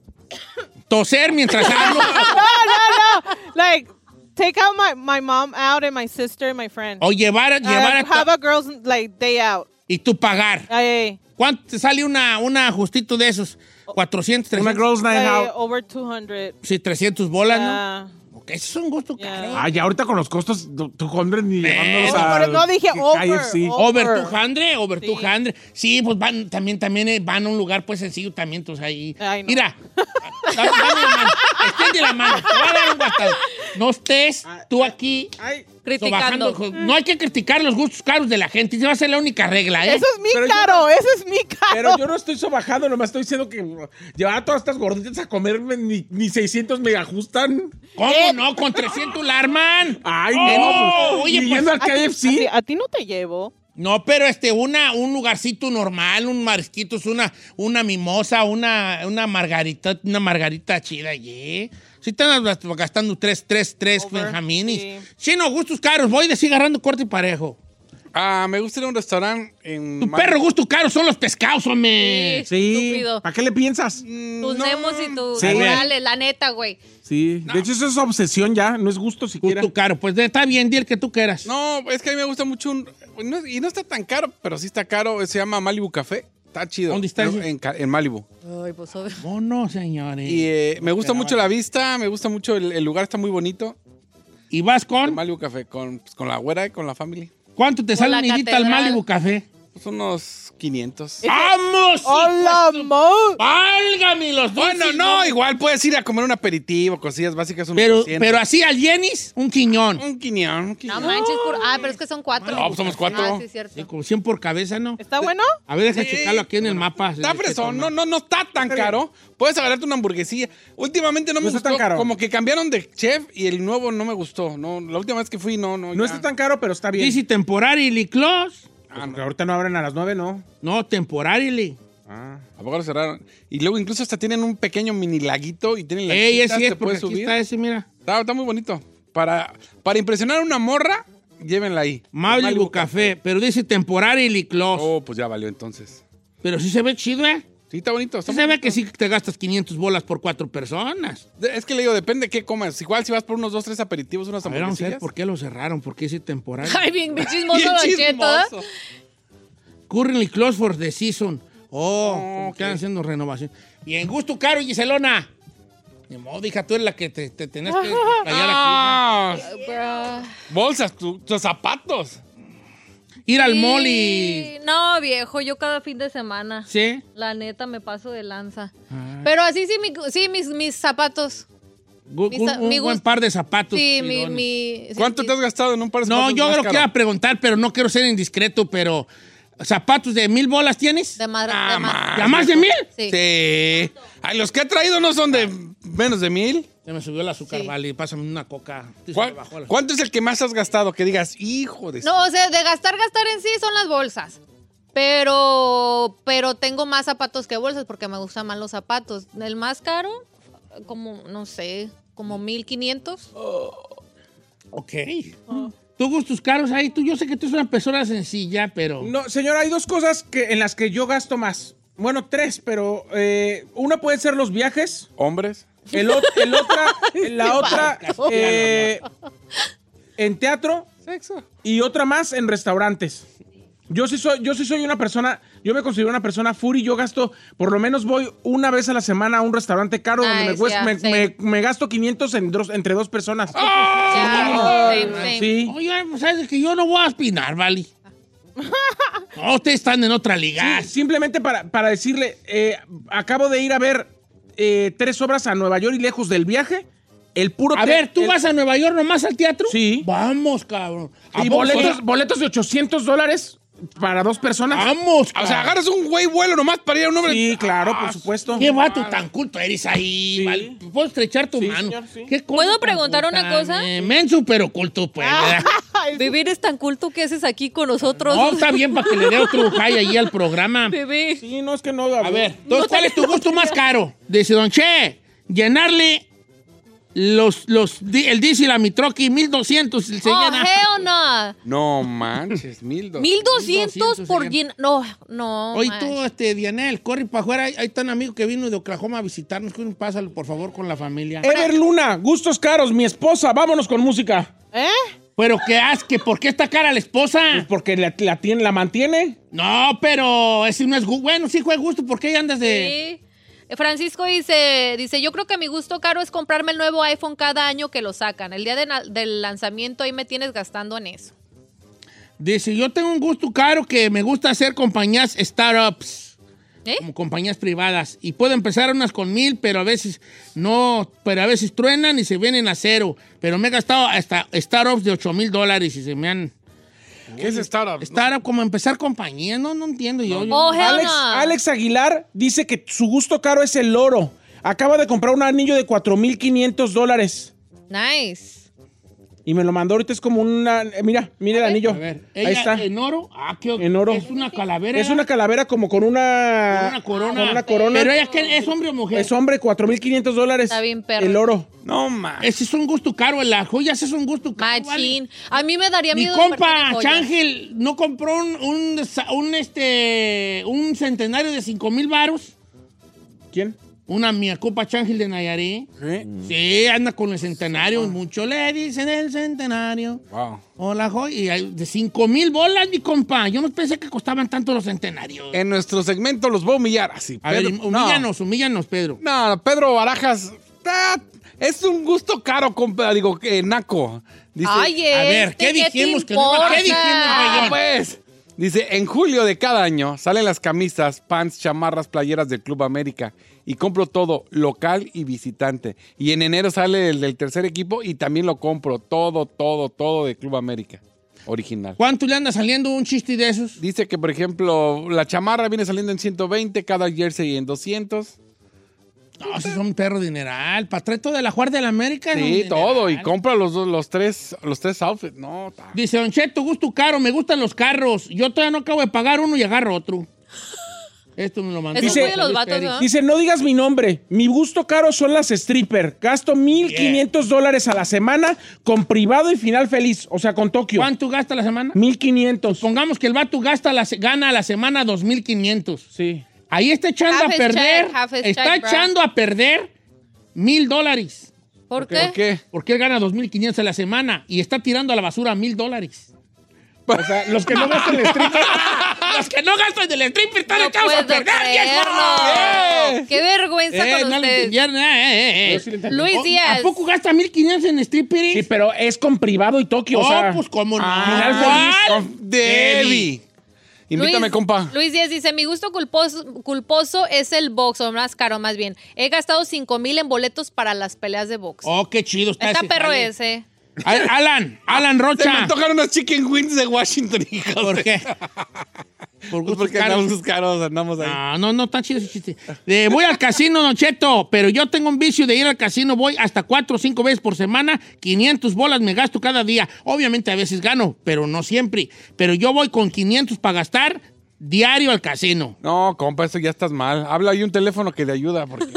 Speaker 3: Toser mientras hablo.
Speaker 14: no, no, no. Like, take out my, my mom out and my sister and my friend.
Speaker 3: O Oh, llevar, a- llevar a
Speaker 14: Uh, have a girl's, like, day out.
Speaker 3: y tú pagar.
Speaker 14: Ay.
Speaker 3: ¿Cuánto te sale una, una justito de esos? 400, 300.
Speaker 14: Like, over 200.
Speaker 3: Sí, 300 bolas, ¿no?
Speaker 14: Ah,
Speaker 3: Porque ese es un gusto caro.
Speaker 6: Ay, ahorita con los costos, no- tú compras ni llevándolos
Speaker 3: Eso,
Speaker 6: a...
Speaker 3: pero
Speaker 14: no dije
Speaker 6: que
Speaker 14: over,
Speaker 6: KFC.
Speaker 3: Over 200, over 200. Sí, pues van, también, también eh, van a un lugar pues sencillo también, entonces ahí. Mira, da- dame la mano, extiende la mano, te voy a dar un guatazo. No estés
Speaker 6: Ah,
Speaker 3: tú aquí
Speaker 14: Criticando.
Speaker 3: sobajando. No hay que criticar los gustos caros de la gente. Esa va a ser la única regla, ¿eh?
Speaker 14: Eso es mi caro, eso es mi caro.
Speaker 6: Pero yo no estoy sobajando, nomás estoy diciendo que llevar a todas estas gorditas a comerme ni, ni 600 me ajustan.
Speaker 3: ¿Cómo
Speaker 14: Eh.
Speaker 3: no? Con 300 la arman.
Speaker 6: Ay,
Speaker 3: Oh,
Speaker 6: no. pues,
Speaker 3: oye,
Speaker 6: y
Speaker 3: pues,
Speaker 6: yendo al
Speaker 3: a ti- a ti-
Speaker 6: KFC.
Speaker 14: A ti no te llevo.
Speaker 3: No, pero este, una, un lugarcito normal, un marisquitos, una, una mimosa, una, una margarita, una margarita chida, ¿eh? Si están gastando tres, tres, tres benjaminis. Sí, no, gustos caros, voy de seguir agarrando corto y parejo.
Speaker 5: Ah, me gustaría un restaurante en...
Speaker 3: Tu perro gusto caro son los pescados, hombre.
Speaker 6: Sí.
Speaker 4: estúpido.
Speaker 6: ¿Para qué le piensas?
Speaker 3: Mm,
Speaker 4: Tus nemos y tus
Speaker 6: Sí.
Speaker 4: Morales, la neta, güey.
Speaker 6: Sí. De hecho, eso es obsesión ya, no es gusto siquiera. Gusto
Speaker 3: caro, pues está bien, di el que tú quieras.
Speaker 5: No, es que a mí me gusta mucho un... no es- y no está tan caro, pero sí está caro. Se llama Malibu Café. Está chido. ¿Dónde está? En, Ca- en Malibu.
Speaker 4: Ay, pues obvio.
Speaker 3: No, Oh, no, señores.
Speaker 5: Y eh, me gusta mucho la vista, me gusta mucho el, el lugar, está muy bonito.
Speaker 3: ¿Y vas con?
Speaker 5: Malibu Café, con, pues, con la güera y con la familia.
Speaker 3: ¿Cuánto te
Speaker 5: Con
Speaker 3: sale
Speaker 5: la
Speaker 3: un hijita al
Speaker 5: catedral.
Speaker 3: Malibu Café?
Speaker 5: Pues unos 500.
Speaker 3: ¡Vamos!
Speaker 14: ¡Hola, mo!
Speaker 3: ¡Válgame los dos!
Speaker 5: Bueno, no, igual puedes ir a comer un aperitivo, cosillas básicas. Unos
Speaker 3: Pero,
Speaker 5: 200.
Speaker 3: pero así al Yenis, un quiñón.
Speaker 5: Un quiñón, un
Speaker 4: No manches, por... ah, pero es que son cuatro.
Speaker 3: No, pues somos cuatro.
Speaker 4: Ah, sí, cierto.
Speaker 3: Sí, como 100 por cabeza, ¿no?
Speaker 14: ¿Está bueno?
Speaker 3: A ver, deja
Speaker 5: Sí.
Speaker 3: checarlo aquí en el mapa.
Speaker 5: Está fresón, no, no, no está tan caro. Puedes agarrarte una hamburguesía. Últimamente no me
Speaker 6: No está tan
Speaker 5: gustó.
Speaker 6: caro.
Speaker 5: Como que cambiaron de chef y el nuevo no me gustó. No, la última vez que fui, no, no.
Speaker 6: No
Speaker 5: ya.
Speaker 6: está tan caro, pero está bien.
Speaker 3: Dice temporarily close.
Speaker 6: Pues, porque ahorita no abren a las 9, ¿no?
Speaker 3: No, temporarily.
Speaker 5: Ah, ¿A poco lo cerraron? Y luego incluso hasta tienen un pequeño mini laguito y tienen la
Speaker 3: Ey, ese es, porque aquí está ese, mira.
Speaker 5: Está, está muy bonito. Para, para impresionar a una morra, llévenla ahí.
Speaker 3: Malibu, Café, pero dice temporarily close.
Speaker 5: Oh, pues ya valió entonces.
Speaker 3: Pero sí se ve chido, ¿eh?
Speaker 5: Sí, está bonito. está
Speaker 3: Sí se ve
Speaker 5: bonito.
Speaker 3: que sí te gastas 500 bolas por cuatro personas.
Speaker 5: De- Es que le digo, depende qué comas. Igual si vas por unos dos, tres aperitivos, unas
Speaker 3: A ver, vamos a ver
Speaker 5: hamburguesillas.
Speaker 3: por qué lo cerraron, por qué dice temporarily.
Speaker 4: Ay, bien, bien chismoso,
Speaker 5: Bien
Speaker 4: Don Cheto, ¿eh?
Speaker 5: chismoso.
Speaker 3: Currently closed for the season. Oh, como que están haciendo renovación. Y en gusto caro, Giselona. Ni modo, hija, tú eres la que te, te tenés que callar
Speaker 5: Ah,
Speaker 3: aquí.
Speaker 5: bolsas, tu- tus zapatos.
Speaker 3: Ir al
Speaker 4: Sí.
Speaker 3: mall y...
Speaker 4: No, viejo, yo cada fin de semana.
Speaker 3: ¿Sí?
Speaker 4: La neta me paso de lanza.
Speaker 3: Ah.
Speaker 4: Pero así sí, mi- sí mis, mis zapatos.
Speaker 3: Gu-
Speaker 4: Mi
Speaker 3: gu-
Speaker 4: sa-
Speaker 3: un
Speaker 4: mi
Speaker 3: buen
Speaker 4: gust-
Speaker 3: par de zapatos.
Speaker 4: Sí, mi,
Speaker 3: chidones.
Speaker 4: mi- sí, sí.
Speaker 5: has gastado en un par de
Speaker 3: No,
Speaker 5: zapatos
Speaker 3: yo
Speaker 5: más
Speaker 3: lo
Speaker 5: caro?
Speaker 3: quiero preguntar, pero no quiero ser indiscreto, pero... ¿Zapatos de mil bolas tienes?
Speaker 4: De madre. de madre.
Speaker 3: ¿Ya más de mil?
Speaker 4: Sí.
Speaker 5: Ah, Sí. Ay, los que ha traído no son de menos de mil.
Speaker 3: Se me subió el azúcar, vale. Pásame una coca. Sí, se
Speaker 5: ¿Cuál-
Speaker 3: me bajó el azúcar.
Speaker 5: ¿Cuánto es el que más has gastado? Que digas, hijo
Speaker 6: Pues
Speaker 5: de...
Speaker 4: No, o sea, de gastar, gastar en sí son las bolsas. Pero, pero tengo más zapatos que bolsas porque me gustan más los zapatos. El más caro, como, no sé, como 1500.
Speaker 3: Ok. ¿Tú gustos caros ahí? Tú, yo sé que tú eres una persona sencilla, pero...
Speaker 6: No, señora, hay dos cosas que, en las que yo gasto más. Bueno, tres, pero eh, una puede ser los viajes.
Speaker 5: ¿Hombres?
Speaker 6: El, ot- el otra, la otra
Speaker 3: Castiano,
Speaker 6: eh, en teatro
Speaker 5: Sexo.
Speaker 6: y otra más en restaurantes. Yo sí soy, yo sí soy una persona, yo me considero una persona furi, yo gasto, por lo menos voy una vez a la semana a un restaurante caro donde me,
Speaker 4: Nice,
Speaker 6: cuest-
Speaker 4: yeah,
Speaker 6: me-
Speaker 4: same.
Speaker 6: me- me gasto 500 en dos- entre dos personas.
Speaker 4: Ya, same, same.
Speaker 6: Sí.
Speaker 3: Oye, pues sabes que yo no voy a aspirar, ¿vale? No, ustedes están en otra liga.
Speaker 6: Sí, simplemente para, para decirle, eh, acabo de ir a ver eh, tres obras a Nueva York y lejos del viaje. El puro
Speaker 3: A
Speaker 6: te-
Speaker 3: ver, ¿tú
Speaker 6: el-
Speaker 3: vas a Nueva York nomás al teatro?
Speaker 6: Sí.
Speaker 3: Vamos, cabrón. ¿A
Speaker 6: Y
Speaker 3: poco?
Speaker 6: boletos, boletos de 800 dólares para dos personas.
Speaker 3: Vamos,
Speaker 5: O sea,
Speaker 3: cabrón.
Speaker 5: agarras un güey vuelo nomás para ir a un hombre.
Speaker 6: Ah, Sí, claro, por supuesto.
Speaker 3: Qué vato tan culto eres ahí, ¿vale? Puedo estrechar tu
Speaker 6: Sí,
Speaker 3: mano.
Speaker 6: señor, sí.
Speaker 3: ¿Qué cosa
Speaker 4: ¿Puedo
Speaker 3: tan
Speaker 4: preguntar
Speaker 3: culta,
Speaker 4: una cosa?
Speaker 3: eh, menso, pero culto, pues.
Speaker 4: Ah,
Speaker 3: ¿verdad?
Speaker 4: Vivir es tan culto que haces aquí con nosotros.
Speaker 3: No, está bien para que le dé otro high ahí al programa.
Speaker 4: Bebé.
Speaker 6: Sí, no es que no.
Speaker 3: A ver, entonces, ¿cuál es tu gusto más caro? Dice Don Che, llenarle los, los, di- el diesel a mi troqui, 1200 se
Speaker 4: Oh,
Speaker 3: llena.
Speaker 4: hell no.
Speaker 5: No manches, mil dos.
Speaker 4: 1200 por
Speaker 3: serían.
Speaker 4: llenar. No, no.
Speaker 3: Oye,
Speaker 4: man.
Speaker 3: tú, este, Dianel, corre para afuera. Hay, hay tan amigo que vino de Oklahoma a visitarnos. Corre, Pásalo, por favor, con la familia.
Speaker 6: Ever Luna, gustos caros, mi esposa, vámonos con música.
Speaker 14: ¿Eh?
Speaker 3: Pero qué haz, que por qué está cara la
Speaker 6: Pues
Speaker 3: esposa.
Speaker 6: porque la, la tiene, la mantiene.
Speaker 3: No, pero ese no es gu- Bueno, sí fue gusto. ¿Por qué ahí andas de.?
Speaker 4: Sí. Eh, Francisco dice, dice, yo creo que mi gusto caro es comprarme el nuevo iPhone cada año que lo sacan. El día de na- del lanzamiento ahí me tienes gastando en eso.
Speaker 3: Dice, yo tengo un gusto caro que me gusta hacer compañías startups.
Speaker 4: ¿Eh?
Speaker 3: como compañías privadas. Y puedo empezar unas con mil, pero a veces no, pero a veces truenan y se vienen a cero. Pero me he gastado hasta startups de ocho mil dólares y se me han.
Speaker 5: ¿Qué es startup?
Speaker 3: Startup, como empezar compañía, no, no entiendo yo. yo-
Speaker 6: Alex, Alex Aguilar dice que su gusto caro es el oro. Acaba de comprar un anillo de 4.500 dólares.
Speaker 4: Nice.
Speaker 6: Y me lo mandó ahorita, es como una... eh, Mira, mira el anillo. Ahí
Speaker 3: Ella
Speaker 6: está.
Speaker 3: en oro, ah, qué-
Speaker 6: En oro.
Speaker 3: Es una calavera.
Speaker 6: Es una calavera como con una...
Speaker 3: Una corona.
Speaker 6: Con una corona.
Speaker 3: Pero ella, ¿qué- ¿es hombre o mujer?
Speaker 6: Es hombre, 4.500 dólares.
Speaker 4: Está bien, perro.
Speaker 6: El oro.
Speaker 5: No, más.
Speaker 3: Ese es un gusto caro, las joyas es un gusto caro.
Speaker 4: Machín. A mí me daría
Speaker 3: Mi
Speaker 4: miedo.
Speaker 3: compa
Speaker 4: invertir en joyas.
Speaker 3: Chángel no compró un, un, sa- un, este, un centenario de 5 mil varos.
Speaker 6: ¿Quién?
Speaker 3: Una mi compa Chángel de Nayarit.
Speaker 5: ¿eh?
Speaker 3: Mm. Sí, anda con el centenario. Mucho le dicen el centenario.
Speaker 5: Wow.
Speaker 3: Hola, joy. Y hay de 5 mil bolas, mi compa. Yo no pensé que costaban tanto los centenarios.
Speaker 5: En nuestro segmento los voy a humillar así.
Speaker 3: A ver,
Speaker 5: Pedro-
Speaker 3: humíllanos, humíllanos, Pedro.
Speaker 5: No, no, Pedro Barajas. ah, es un gusto caro, compa, digo, que naco. Dice,
Speaker 4: Ay, A ver, ¿qué este, ¿qué te dijimos que no iba- qué importa? dijimos,
Speaker 5: Ah,
Speaker 4: Bayón?
Speaker 5: pues. Dice, en julio de cada año salen las camisas, pants, chamarras, playeras del Club América y compro todo, local y visitante. Y en enero sale el del tercer equipo y también lo compro, todo, todo, todo de Club América, original.
Speaker 3: ¿Cuánto le anda saliendo un chiste de esos?
Speaker 5: Dice que, por ejemplo, la chamarra viene saliendo en 120, cada jersey en 200.
Speaker 3: No, si son perro dineral. Patreto de la Juárez de la América. es un
Speaker 5: Sí,
Speaker 3: dineral.
Speaker 5: todo. Y compra los, dos- los, tres, los tres outfits. No, está.
Speaker 3: Dice, Don Cheto, gusto caro, me gustan los carros. Yo todavía no acabo de pagar uno y agarro otro. Esto me lo mandó.
Speaker 6: Dice, dice, no digas mi nombre. Mi gusto caro son las stripper. Gasto 1.500 dólares a la semana con privado y final feliz. O sea, con Tokio.
Speaker 3: ¿Cuánto gasta la semana?
Speaker 6: 1.500.
Speaker 3: Pongamos que el vato gasta la, se- gana a la semana 2.500.
Speaker 6: Sí.
Speaker 3: Ahí está echando
Speaker 4: Half
Speaker 3: a
Speaker 4: his
Speaker 3: perder.
Speaker 4: check, half his
Speaker 3: está
Speaker 4: check, bro.
Speaker 3: echando a perder mil dólares.
Speaker 4: ¿Por qué? ¿Por
Speaker 5: qué?
Speaker 3: Porque él gana 2.500 a la semana y está tirando a la basura mil dólares. O sea, los que no gastan el stripper. los que no gastan el stripper están echados a
Speaker 4: puedo
Speaker 3: perder. viejo.
Speaker 4: creerlo. Qué vergüenza
Speaker 3: Eh,
Speaker 4: con
Speaker 3: no le
Speaker 4: ustedes.
Speaker 3: entendieron, eh, eh, eh.
Speaker 6: Yo sí le entendí.
Speaker 4: Luis
Speaker 3: Oh,
Speaker 4: Díaz.
Speaker 3: ¿A poco gasta 1500 en stripper?
Speaker 6: Sí, pero es con privado y Tokio.
Speaker 3: Oh,
Speaker 6: o sea, Ah,
Speaker 3: pues cómo no.
Speaker 6: final
Speaker 3: ¿Cuál?
Speaker 6: feliz.
Speaker 5: Debbie. Invítame,
Speaker 4: Luis-
Speaker 5: compa.
Speaker 4: Luis Díaz dice, mi gusto culposo, culposo es el box, o más caro, más bien. He gastado 5 mil en boletos para las peleas de box.
Speaker 3: Oh, qué
Speaker 5: Pues,
Speaker 3: chido está,
Speaker 4: Está
Speaker 3: ese
Speaker 4: perro
Speaker 3: jale.
Speaker 4: ese.
Speaker 3: A ver, Alan, Alan
Speaker 5: Se me
Speaker 3: Rocha.
Speaker 5: antojaron unas chicken wings de Washington, hija.
Speaker 3: ¿Por qué? Por gustos
Speaker 5: porque
Speaker 3: caros.
Speaker 5: andamos caros, andamos ahí.
Speaker 3: No, no, no, tan chido ese chiste. Eh, voy al casino, Don Cheto, pero yo tengo un vicio de ir al casino. Voy hasta cuatro o cinco veces por semana. 500 bolas me gasto cada día. Obviamente a veces gano, pero no siempre. Pero yo voy con 500 para gastar diario al casino.
Speaker 5: No, compa, eso ya estás mal. Habla ahí un teléfono que le ayuda. Porque...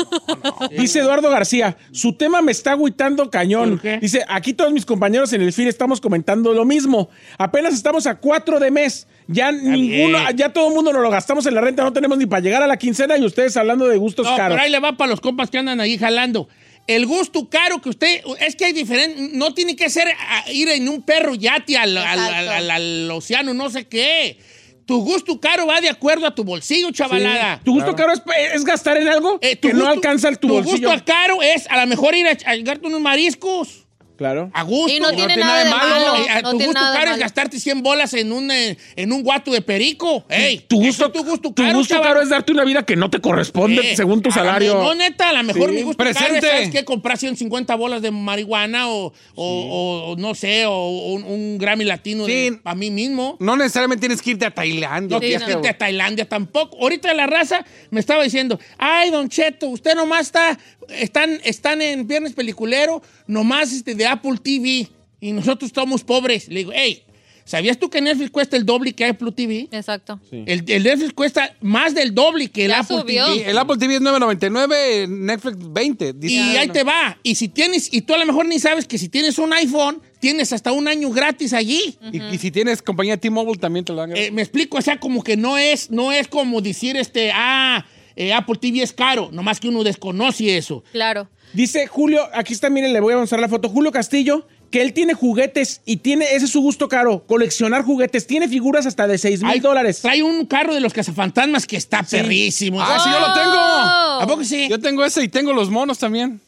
Speaker 6: Dice Eduardo García, su tema me está agüitando cañón.
Speaker 3: ¿Por qué?
Speaker 6: Dice, aquí todos mis compañeros en el FIR estamos comentando lo mismo. Apenas estamos a cuatro de mes. Ya ninguno,
Speaker 3: bien.
Speaker 6: ya todo el mundo nos lo gastamos en la renta, no tenemos ni para llegar a la quincena y ustedes hablando de gustos
Speaker 3: No,
Speaker 6: caros.
Speaker 3: pero ahí le va para los compas que andan ahí jalando. El gusto caro que usted, es que hay diferente, no tiene que ser a- ir en un perro yate al, al- al- al- al océano, no sé qué. Tu gusto caro va de acuerdo a tu bolsillo, chavalada.
Speaker 6: ¿Tu gusto caro es, es gastar en algo
Speaker 3: Eh, tu
Speaker 6: que no
Speaker 3: gusto-
Speaker 6: alcanza el tu,
Speaker 3: tu
Speaker 6: bolsillo?
Speaker 3: gusto caro es a lo mejor ir a, a llegarte unos mariscos.
Speaker 6: Claro.
Speaker 3: A gusto.
Speaker 4: Y no tiene nada de malo,
Speaker 3: Eh, a
Speaker 4: no
Speaker 3: tu
Speaker 4: tiene
Speaker 3: gusto
Speaker 4: nada de
Speaker 3: caro es
Speaker 4: malo.
Speaker 3: gastarte 100 bolas en un, eh, en un guato de perico. Ey,
Speaker 6: Tu
Speaker 3: eso
Speaker 6: gusto,
Speaker 3: es tu gusto
Speaker 6: tu
Speaker 3: caro,
Speaker 6: gusto
Speaker 3: chaval.
Speaker 6: caro es darte una vida que no te corresponde
Speaker 3: Eh,
Speaker 6: según tu
Speaker 3: a la
Speaker 6: salario.
Speaker 3: me- No, neta, a lo mejor
Speaker 6: Sí.
Speaker 3: mi gusto caro es
Speaker 5: Presente.
Speaker 3: ¿sabes qué? comprar 150 bolas de marihuana o, o- o- o no sé, o un, un Grammy Latino
Speaker 5: Sí.
Speaker 3: para mí mismo.
Speaker 5: No necesariamente tienes que irte a Tailandia.
Speaker 3: No
Speaker 5: tía,
Speaker 3: tienes que
Speaker 5: que-
Speaker 3: irte a Tailandia tampoco. Ahorita la raza me estaba diciendo, ay, Don Cheto, usted nomás está, están, están en Viernes Peliculero, nomás este, de Apple TV, y nosotros somos pobres. Le digo, hey, ¿sabías tú que Netflix cuesta el doble que Apple TV?
Speaker 4: Exacto.
Speaker 3: El, el Netflix cuesta más del doble que el
Speaker 4: Ya
Speaker 3: Apple
Speaker 4: subió.
Speaker 3: TV.
Speaker 5: Sí, El Apple TV es 9.99, Netflix 20. dice.
Speaker 3: Y
Speaker 5: Ah,
Speaker 3: ahí
Speaker 5: no.
Speaker 3: te va. Y si tienes, y tú a lo mejor ni sabes que si tienes un iPhone, tienes hasta un año gratis allí.
Speaker 5: Y, y si tienes compañía T-Mobile también te lo dan.
Speaker 3: Eh, me explico, o sea, como que no es, no es como decir este, ah, eh, Apple TV es caro, nomás que uno desconoce eso.
Speaker 4: Claro.
Speaker 6: Dice Julio, aquí está, miren, le voy a mostrar la foto. Julio Castillo, que él tiene juguetes y tiene, ese es su gusto caro, coleccionar juguetes. Tiene figuras hasta de 6
Speaker 3: Ay,
Speaker 6: mil dólares.
Speaker 3: Trae un carro de los cazafantasmas que está perrísimo.
Speaker 5: Ah, sí, yo lo tengo.
Speaker 4: ¡Oh!
Speaker 3: ¿A poco sí?
Speaker 5: Yo tengo ese y tengo los monos también.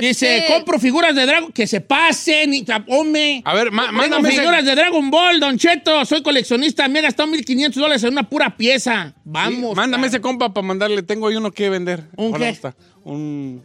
Speaker 3: Dice, compro figuras de Dragon que se pasen y hombre.
Speaker 5: A ver, ma- mándame ese-
Speaker 3: figuras de Dragon Ball, Don Cheto. Soy coleccionista. Me he gastado 1500 dólares en una pura pieza. Vamos.
Speaker 5: Sí, mándame ese compa para mandarle. Tengo ahí uno que vender.
Speaker 3: ¿Un
Speaker 5: Ahora
Speaker 3: qué?
Speaker 5: está. Un.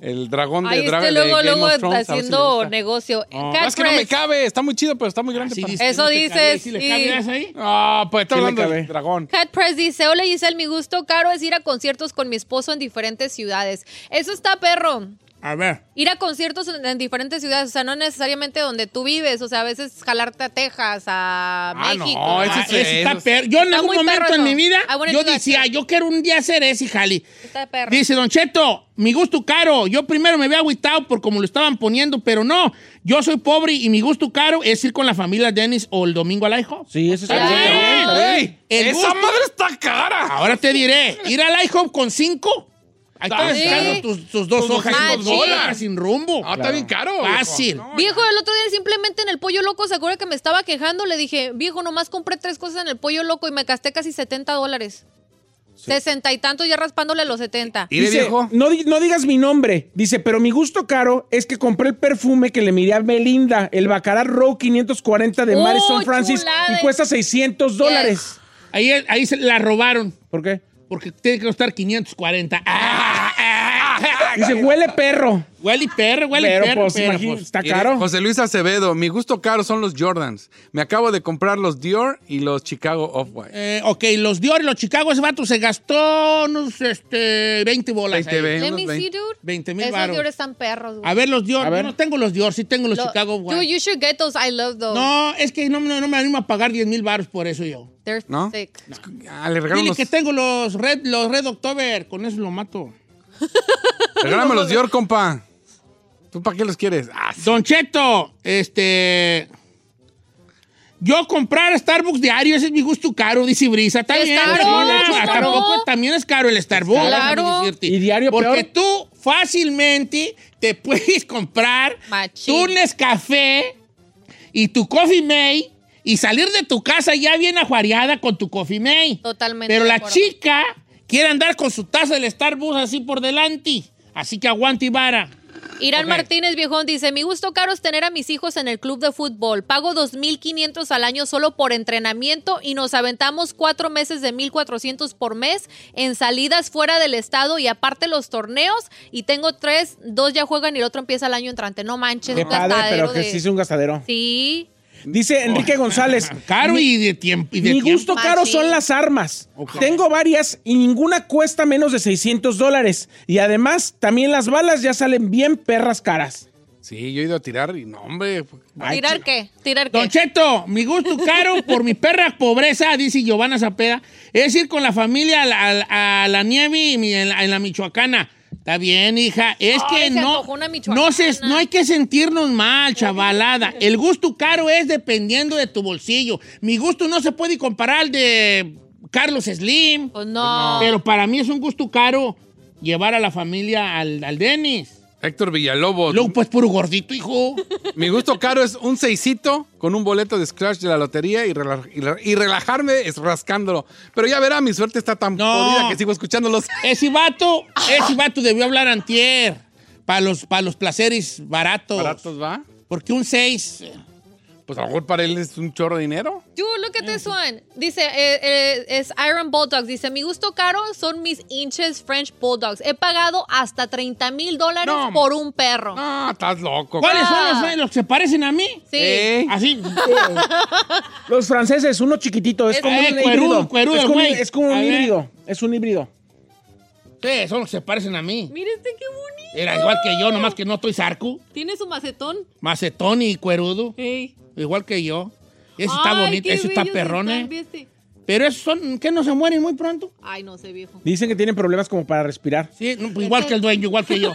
Speaker 5: El dragón de
Speaker 4: Ahí está
Speaker 5: Dragon
Speaker 4: luego, luego haciendo negocio. Cat
Speaker 5: es que no me
Speaker 4: Press.
Speaker 5: cabe, está muy chido, pero está muy grande. para-
Speaker 4: Eso dices. y-
Speaker 5: Ah, pues está
Speaker 4: Sí le
Speaker 5: hablando
Speaker 4: cabe.
Speaker 5: del dragón.
Speaker 4: Cat Press dice, hola Giselle, mi gusto caro es ir a conciertos con mi esposo en diferentes ciudades. Eso está perro.
Speaker 3: A ver.
Speaker 4: Ir a conciertos en, en diferentes ciudades, o sea, no necesariamente donde tú vives, o sea, a veces jalarte a Texas, a México.
Speaker 3: Ah,
Speaker 4: a-
Speaker 3: ese está per- Yo en
Speaker 4: Está
Speaker 3: algún
Speaker 4: muy Ah, perro
Speaker 3: momento en
Speaker 4: eso.
Speaker 3: mi vida,
Speaker 4: I wanna
Speaker 3: yo
Speaker 4: do that
Speaker 3: decía, yo quiero un día hacer ese, jali.
Speaker 4: Está perro.
Speaker 3: Dice Don Cheto, mi gusto caro. Yo primero me había agüitado por como lo estaban poniendo, pero no. Yo soy pobre y mi gusto caro es ir con la familia Dennis o el domingo al IHOP.
Speaker 6: Sí, eso
Speaker 3: está bien.
Speaker 5: Ey, ¡Esa madre
Speaker 3: está cara! Ahora te diré, ir al IHOP con cinco. Ahí
Speaker 5: Está
Speaker 3: estás
Speaker 4: bien.
Speaker 3: gastando tus, tus dos
Speaker 5: Ah, Tus
Speaker 3: hojas y tus
Speaker 4: machín.
Speaker 3: dólares sin rumbo.
Speaker 5: Ah, está bien caro, viejo.
Speaker 3: Fácil.
Speaker 4: Viejo, el otro día simplemente en el pollo loco, se acuerda que me estaba quejando, le dije, viejo, nomás compré tres cosas en el pollo loco y me gasté casi 70 dólares. 60 y tantos ya raspándole los 70.
Speaker 6: Dice, No, di- no digas mi nombre. Dice, pero mi gusto caro es que compré el perfume que le miré a Belinda, el Baccarat Row 540 de
Speaker 3: Oh,
Speaker 6: Madison Francis
Speaker 3: chulada.
Speaker 6: y cuesta 600 dólares.
Speaker 3: Ahí, ahí se la robaron.
Speaker 6: ¿Por qué?
Speaker 3: Porque tiene que costar 540. ¡Ah! ¡Ah! ¡Ah!
Speaker 6: Dice, huele perro.
Speaker 3: Huele perro, huele
Speaker 6: Pero,
Speaker 3: perro.
Speaker 6: pues,
Speaker 3: perro,
Speaker 6: imagínate,
Speaker 3: pues.
Speaker 6: está
Speaker 5: Mire,
Speaker 6: caro.
Speaker 5: José Luis Acevedo, mi gusto caro son los Jordans. Me acabo de comprar los Dior y los Chicago Off-White.
Speaker 3: Eh, ok, los Dior y los Chicago, ese vato se gastó unos este, 20 bolas.
Speaker 5: 20,
Speaker 3: ahí.
Speaker 4: Let me see, dude.
Speaker 3: 20 mil
Speaker 4: Esos
Speaker 3: baros.
Speaker 4: Dior están perros, güey.
Speaker 3: A ver, los Dior.
Speaker 4: A ver.
Speaker 3: Yo no tengo los Dior, sí tengo los
Speaker 4: Lo-
Speaker 3: Chicago. White.
Speaker 4: Dude, you should get those. I love those.
Speaker 3: No, es que no, no- no me animo a pagar 10 mil baros por eso yo.
Speaker 4: They're
Speaker 3: ¿No?
Speaker 4: thick.
Speaker 5: Ah, le regalo
Speaker 3: Dile
Speaker 5: los,
Speaker 3: que tengo los Red, los Red October, con eso lo mato.
Speaker 5: regálame los Dior, compa. ¿Tú para qué los quieres? Ah,
Speaker 3: Don Cheto, este. Yo comprar Starbucks diario, ese es mi gusto caro, dice Brisa. Está
Speaker 4: Es
Speaker 3: bien,
Speaker 4: caro,
Speaker 3: Brisa,
Speaker 4: es
Speaker 3: hasta
Speaker 4: caro.
Speaker 3: poco también es caro el Starbucks.
Speaker 4: Es caro.
Speaker 3: déjame decirte. Porque tú fácilmente te puedes comprar tu Nescafé y tu Coffee May y salir de tu casa ya bien ajuareada con tu Coffee May.
Speaker 4: Totalmente.
Speaker 3: Pero
Speaker 4: de
Speaker 3: la
Speaker 4: acuerdo.
Speaker 3: chica quiere andar con su taza del Starbucks así por delante. Así que aguante y vara.
Speaker 4: Irán
Speaker 3: Ok.
Speaker 4: Martínez Viejón dice, mi gusto caro es tener a mis hijos en el club de fútbol. Pago 2.500 al año solo por entrenamiento y nos aventamos cuatro meses de 1.400 por mes en salidas fuera del estado y aparte los torneos. Y tengo tres, dos ya juegan y el otro empieza el año entrante. No manches,
Speaker 6: Qué
Speaker 4: un
Speaker 6: padre,
Speaker 4: gastadero
Speaker 6: pero que
Speaker 4: de-
Speaker 6: sí es un gastadero.
Speaker 4: Sí.
Speaker 6: Dice Enrique González.
Speaker 3: Oh. Caro y de tiempo.
Speaker 6: mi gusto caro son las armas. Tengo varias y ninguna cuesta menos de 600 dólares. Y además, también las balas ya salen bien perras caras.
Speaker 5: Sí, yo he ido a tirar y no, hombre.
Speaker 4: ¿Tirar qué? ¿Tirar qué?
Speaker 3: Don Cheto, mi gusto caro por mi perra pobreza, dice Giovanna Zapeda, es ir con la familia a la, a la- a la nieve y mi- en, la, en la Michoacana. Está bien, hija. Es
Speaker 4: Ay,
Speaker 3: que
Speaker 4: se
Speaker 3: no,
Speaker 4: antojó una michoacana.
Speaker 3: no, se- no hay que sentirnos mal, chavalada. El gusto caro es dependiendo de tu bolsillo. Mi gusto no se puede comparar al de Carlos Slim.
Speaker 4: Pues no.
Speaker 3: Pero para mí es un gusto caro llevar a la familia al, al Denis.
Speaker 5: Héctor Villalobos.
Speaker 3: Luego, pues, puro gordito, hijo.
Speaker 5: Mi gusto caro es un seisito con un boleto de Scratch de la lotería y, rela- y re- y relajarme es rascándolo. Pero ya verá, mi suerte está tan podrida que sigo escuchándolos.
Speaker 3: Ese vato, ese vato debió hablar antier para los, para los placeres baratos.
Speaker 5: ¿Baratos va?
Speaker 3: Porque un 6.
Speaker 5: Pues a lo mejor para él es un chorro de dinero.
Speaker 4: Dude, look at this one. Dice, eh, eh, es Iron Bulldogs. Dice, mi gusto caro son mis inches French Bulldogs. He pagado hasta 30 mil dólares por un perro.
Speaker 5: No, estás loco.
Speaker 3: ¿Cuáles son los, los que se parecen a mí?
Speaker 4: Ah. Sí.
Speaker 5: ¿Eh?
Speaker 3: Así.
Speaker 6: Los franceses, uno chiquitito, es
Speaker 3: Es-
Speaker 6: como
Speaker 3: eh,
Speaker 6: un
Speaker 3: cuerudo,
Speaker 6: híbrido.
Speaker 3: cuerudo
Speaker 6: es
Speaker 3: el
Speaker 6: como,
Speaker 3: güey.
Speaker 6: es como
Speaker 3: A
Speaker 6: un
Speaker 3: ver.
Speaker 6: híbrido. Es un híbrido.
Speaker 3: Sí, son los que se parecen a mí.
Speaker 4: Mira este qué bonito.
Speaker 3: Era igual que yo, nomás que no estoy sarco.
Speaker 4: Tiene su macetón.
Speaker 3: Macetón y cuerudo.
Speaker 4: Ey.
Speaker 3: Igual que yo. Ese está
Speaker 4: Ay,
Speaker 3: bonito,
Speaker 4: qué
Speaker 3: ese está
Speaker 4: bellos
Speaker 3: perrón,
Speaker 4: están,
Speaker 3: eh.
Speaker 4: ¿viste?
Speaker 3: Pero esos son, que no se mueren muy pronto.
Speaker 4: Ay, no sé, viejo.
Speaker 6: Dicen que tienen problemas como para respirar.
Speaker 3: Sí, no, pues igual que el dueño, igual que yo.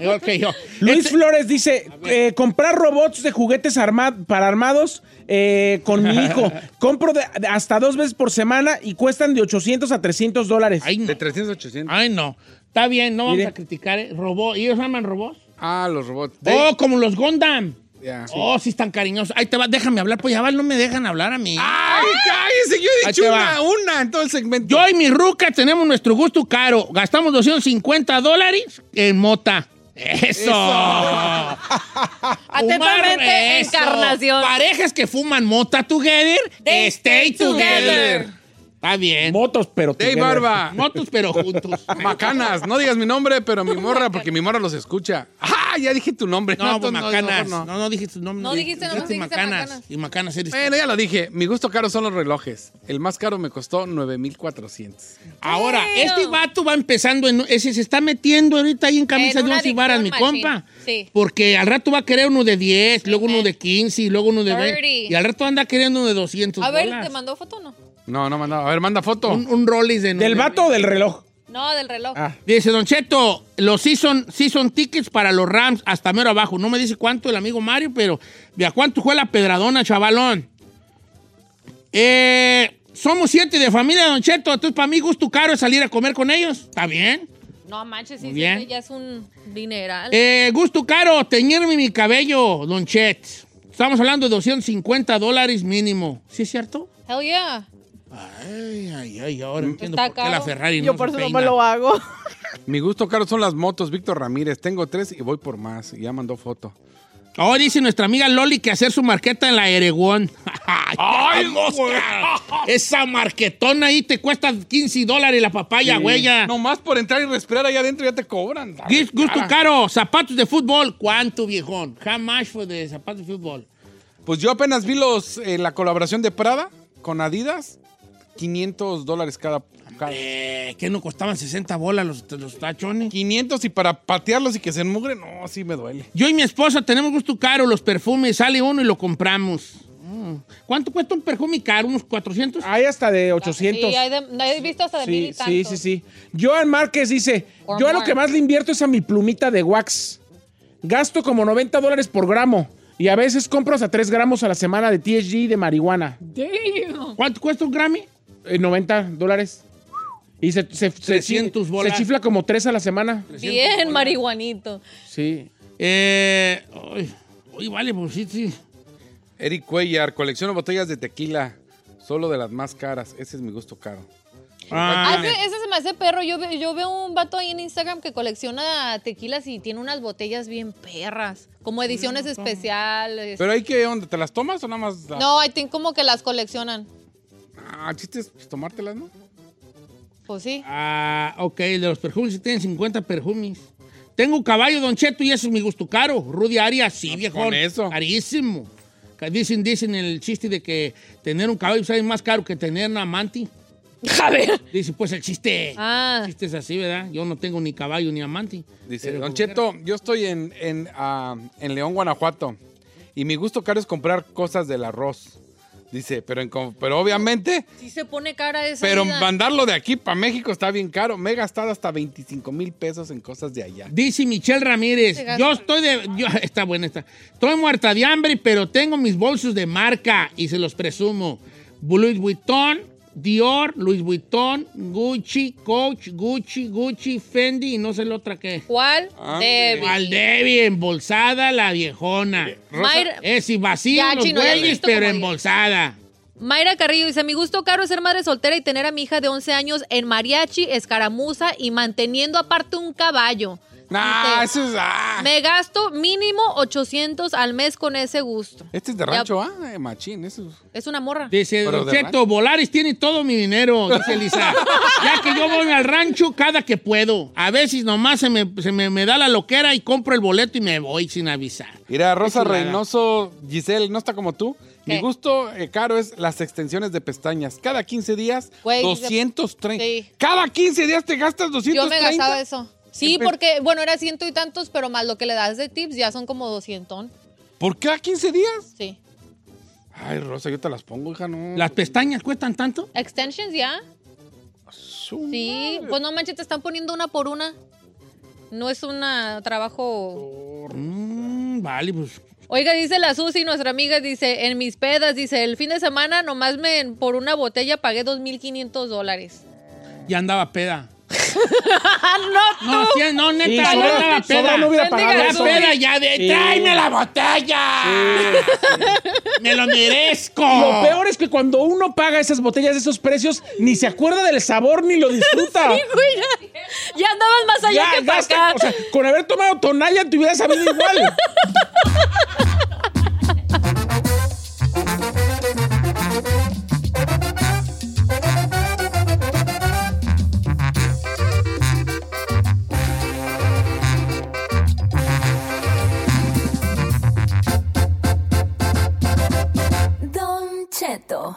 Speaker 3: igual que yo.
Speaker 6: Luis Flores dice, eh, comprar robots de juguetes arma- para armados eh, con mi hijo. Compro de- de hasta dos veces por semana y cuestan de 800 a 300 dólares.
Speaker 5: De 300 a 800.
Speaker 3: Ay, no. Está bien, no vamos
Speaker 6: Mire.
Speaker 3: a criticar. eh. Robot. ¿Ellos llaman robots?
Speaker 5: Ah, los robots.
Speaker 3: Oh, como los Gondam.
Speaker 5: Ya.
Speaker 3: Oh, sí están cariñosos. Ahí te va, déjame hablar, pues ya va, no me dejan hablar a mí.
Speaker 5: ¡Ay, cállese! Yo he
Speaker 3: Ahí
Speaker 5: dicho
Speaker 3: te
Speaker 5: una,
Speaker 3: va.
Speaker 5: una en todo el segmento.
Speaker 3: Yo y mi ruca tenemos nuestro gusto caro. Gastamos 250 dólares en mota. Eso.
Speaker 4: Atentamente,
Speaker 3: eso.
Speaker 4: encarnación.
Speaker 3: Parejas que fuman mota together,
Speaker 4: They
Speaker 3: stay,
Speaker 4: stay together.
Speaker 3: together. Está bien.
Speaker 6: Motos, pero
Speaker 5: Dave Barba.
Speaker 3: Motos, pero juntos.
Speaker 5: Macanas, no digas mi nombre, pero mi morra, porque mi morra los escucha. ¡Ah! Ya dije tu nombre.
Speaker 3: No, pues,
Speaker 5: tú
Speaker 3: macanas.
Speaker 5: no, no.
Speaker 3: No, no dijiste tu nombre.
Speaker 4: No dijiste, nomás dijiste macanas.
Speaker 3: Y macanas eres.
Speaker 5: Bueno, ya lo dije. Mi gusto caro son los relojes. El más caro me costó 9,400.
Speaker 3: Ahora, este vato va empezando, en, ese se está metiendo ahorita ahí en camisa
Speaker 4: En
Speaker 3: de
Speaker 4: una
Speaker 3: once varas, mi
Speaker 4: adicción, machín.
Speaker 3: compa.
Speaker 4: Sí.
Speaker 3: Porque al rato va a querer uno de 10, luego uno de 15, y luego uno de 20.
Speaker 4: Thirty.
Speaker 3: Y al rato anda queriendo uno de 200
Speaker 4: A ver,
Speaker 3: bolas.
Speaker 4: ¿te mandó foto o no?
Speaker 5: No, no mandaba. A ver, manda foto.
Speaker 3: Un, un Rolex de ¿Del
Speaker 6: vato o del reloj?
Speaker 4: No, del reloj.
Speaker 3: Dice, Don Cheto, los season, season tickets para los Rams hasta mero abajo. No me dice cuánto el amigo Mario, pero ¿de a cuánto fue la pedradona, chavalón? Eh, somos siete de familia, Don Cheto. Entonces, para mí, gusto caro es salir a comer con ellos. ¿Está bien?
Speaker 4: No manches,
Speaker 3: Muy
Speaker 4: sí,
Speaker 3: bien.
Speaker 4: sí, ya es un dineral.
Speaker 3: Eh, gusto caro, teñirme mi cabello, Don Chet. Estamos hablando de 250 dólares mínimo. ¿Sí es cierto?
Speaker 4: Hell yeah.
Speaker 3: Ay, ay, ay, ahora entiendo
Speaker 4: Está
Speaker 3: por qué la
Speaker 4: caro.
Speaker 3: Ferrari no
Speaker 14: Yo
Speaker 3: se
Speaker 14: por eso no
Speaker 3: peina.
Speaker 14: me lo hago.
Speaker 5: Mi gusto caro son las motos. Víctor Ramírez. Tengo tres y voy por más. Y ya mandó foto.
Speaker 3: Ahora Oh, dice nuestra amiga Loli que hacer su marqueta en la Eregón. ¡Ay, Oscar!
Speaker 5: Ah.
Speaker 3: Esa marquetona ahí te cuesta 15 dólares la papaya,
Speaker 5: Sí.
Speaker 3: huella.
Speaker 5: Nomás por entrar y respirar allá adentro ya te cobran. Dale,
Speaker 3: Gis- Gusto
Speaker 5: cara.
Speaker 3: caro, zapatos de fútbol. ¿Cuánto, viejón? How much for de zapatos de fútbol?
Speaker 5: Pues yo apenas vi los, eh, la colaboración de Prada con Adidas. 500 dólares cada. cada.
Speaker 3: Eh, ¿Qué no costaban 60 bolas los, los tachones?
Speaker 5: 500 y para patearlos y que se enmugren, no, sí me duele.
Speaker 3: Yo y mi esposa tenemos gusto caro, los perfumes, sale uno y lo compramos. Mm. ¿Cuánto cuesta un perfume caro? ¿Unos 400?
Speaker 6: Hay hasta de 800.
Speaker 4: Sí, hay de- no, he visto hasta de mil
Speaker 6: Sí,
Speaker 4: y
Speaker 6: sí,
Speaker 4: tanto.
Speaker 6: sí, sí. Joan Márquez dice,
Speaker 4: Or
Speaker 6: yo a lo
Speaker 4: more.
Speaker 6: que más le invierto es a mi plumita de wax. Gasto como 90 dólares por gramo y a veces compro hasta 3 gramos a la semana de THG de marihuana.
Speaker 3: ¿Cuánto cuesta un Grammy?
Speaker 6: Eh, 90 dólares. Y se, se, se-
Speaker 3: 300
Speaker 6: se
Speaker 3: bolas.
Speaker 6: chifla como 3 a la semana.
Speaker 4: Bien, marihuanito.
Speaker 6: Sí.
Speaker 3: Eh, ay, ay, vale, pues sí, sí.
Speaker 5: Eric Cuellar, colecciono botellas de tequila, solo de las más caras. Ese es mi gusto caro.
Speaker 4: Ah, ese, ese se me hace perro. Yo, ve- yo veo un vato ahí en Instagram que colecciona tequilas y tiene unas botellas bien perras, como ediciones especiales.
Speaker 5: Mm, Pero hay que, ¿dónde? ¿Te las tomas o nada más? la-
Speaker 4: No, I think como que las coleccionan.
Speaker 5: Ah, el chiste es pues, tomártelas, ¿no?
Speaker 4: Pues sí.
Speaker 3: Ah, ok, de los perfumes sí tienen 50 perfumes. Tengo un caballo, Don Cheto, y eso es mi gusto caro. Rudy Arias, sí, viejo.
Speaker 5: Ah, con eso.
Speaker 3: Carísimo. Ca- Dicen, dicen el chiste de que tener un caballo sale más caro que tener un amante.
Speaker 4: Javier.
Speaker 3: Dice, pues el chiste.
Speaker 4: Ah,
Speaker 3: El chiste es así, ¿verdad? Yo no tengo ni caballo ni amante.
Speaker 5: Dice,
Speaker 3: Pero
Speaker 5: Don
Speaker 4: pues,
Speaker 3: como quiera.
Speaker 5: Cheto, yo estoy en, en, ah, en León, Guanajuato, y mi gusto caro es comprar cosas del arroz. Dice, pero, en com- pero obviamente,
Speaker 4: sí se pone cara esa.
Speaker 5: pero
Speaker 4: vida.
Speaker 5: mandarlo de aquí para México está bien caro. Me he gastado hasta 25 mil pesos en cosas de allá.
Speaker 3: Dice Michelle Ramírez,
Speaker 4: Se gasta.
Speaker 3: yo estoy de... yo- está buena esta. Estoy muerta de hambre, pero tengo mis bolsos de marca y se los presumo. Louis Vuitton, Dior, Louis Vuitton, Gucci, Coach, Gucci, Gucci, Fendi y no sé la otra que.
Speaker 4: ¿Cuál? Debbie.
Speaker 3: Valdevi, embolsada la viejona.
Speaker 4: Mayra,
Speaker 3: Es y vacío
Speaker 4: Ya,
Speaker 3: los
Speaker 4: chino, ya lo he
Speaker 3: güeyes,
Speaker 4: visto
Speaker 3: pero
Speaker 4: como diez.
Speaker 3: embolsada.
Speaker 4: Mayra Carrillo dice, mi gusto caro es ser madre soltera y tener a mi hija de 11 años en mariachi, escaramuza y manteniendo aparte un caballo.
Speaker 5: Nah,
Speaker 4: Dice,
Speaker 5: ese es. ah.
Speaker 4: Me gasto mínimo 800 al mes con ese gusto.
Speaker 5: Este es de rancho, ah, eh, machín, eso.
Speaker 4: Es una morra.
Speaker 3: Dice,
Speaker 5: Pero
Speaker 3: Don
Speaker 5: de
Speaker 3: Cheto, Volaris tiene todo mi dinero, dice Lisa. ya que yo voy al rancho cada que puedo. A veces nomás se me, se me- me da la loquera y compro el boleto y me voy sin avisar.
Speaker 5: Mira, Rosa
Speaker 3: chulada.
Speaker 5: Reynoso, Giselle, no está como tú. Mi
Speaker 4: ¿Qué?
Speaker 5: gusto eh, caro es las extensiones de pestañas. Cada 15 días,
Speaker 4: Güey,
Speaker 5: 230.
Speaker 4: sí.
Speaker 5: Cada 15 días te gastas
Speaker 4: Yo
Speaker 5: 230.
Speaker 4: me gastaba eso. Sí,
Speaker 5: Empe-
Speaker 4: porque, bueno, era ciento y tantos, pero más lo que le das de tips ya son como 200.
Speaker 5: ¿Por cada 15 días?
Speaker 4: Sí.
Speaker 5: Ay, Rosa, yo te las pues. pongo, hija, no.
Speaker 3: ¿Las pestañas cuestan tanto?
Speaker 4: ¿Extensions ya?
Speaker 5: Su
Speaker 4: Sí.
Speaker 5: madre.
Speaker 4: Pues no manches, te están poniendo una por una. No es un trabajo...
Speaker 3: Mm, vale, pues.
Speaker 4: Oiga, dice la Susi, nuestra amiga, dice, en mis pedas, dice, el fin de semana nomás me, por una botella pagué 2.500 dólares.
Speaker 3: Ya andaba peda.
Speaker 4: ¡Ah, no!
Speaker 3: No, sí, no, neta,
Speaker 6: Sí,
Speaker 3: ya
Speaker 6: sobra-
Speaker 3: andaba
Speaker 6: sobra
Speaker 3: peda.
Speaker 6: no hubiera
Speaker 3: Ya
Speaker 6: pagado eso.
Speaker 3: peda, ya de.
Speaker 6: Sí.
Speaker 3: ¡Tráeme la botella! ¡Me lo merezco!
Speaker 6: Lo peor es que cuando uno paga esas botellas de esos precios, ni se acuerda del sabor ni lo disfruta.
Speaker 4: Sí, güey, ya, ya andabas más allá
Speaker 6: Ya,
Speaker 4: que para
Speaker 6: gasta-
Speaker 4: acá.
Speaker 6: o sea, con haber tomado tonalla te hubiera sabido igual.
Speaker 13: Don Cheto.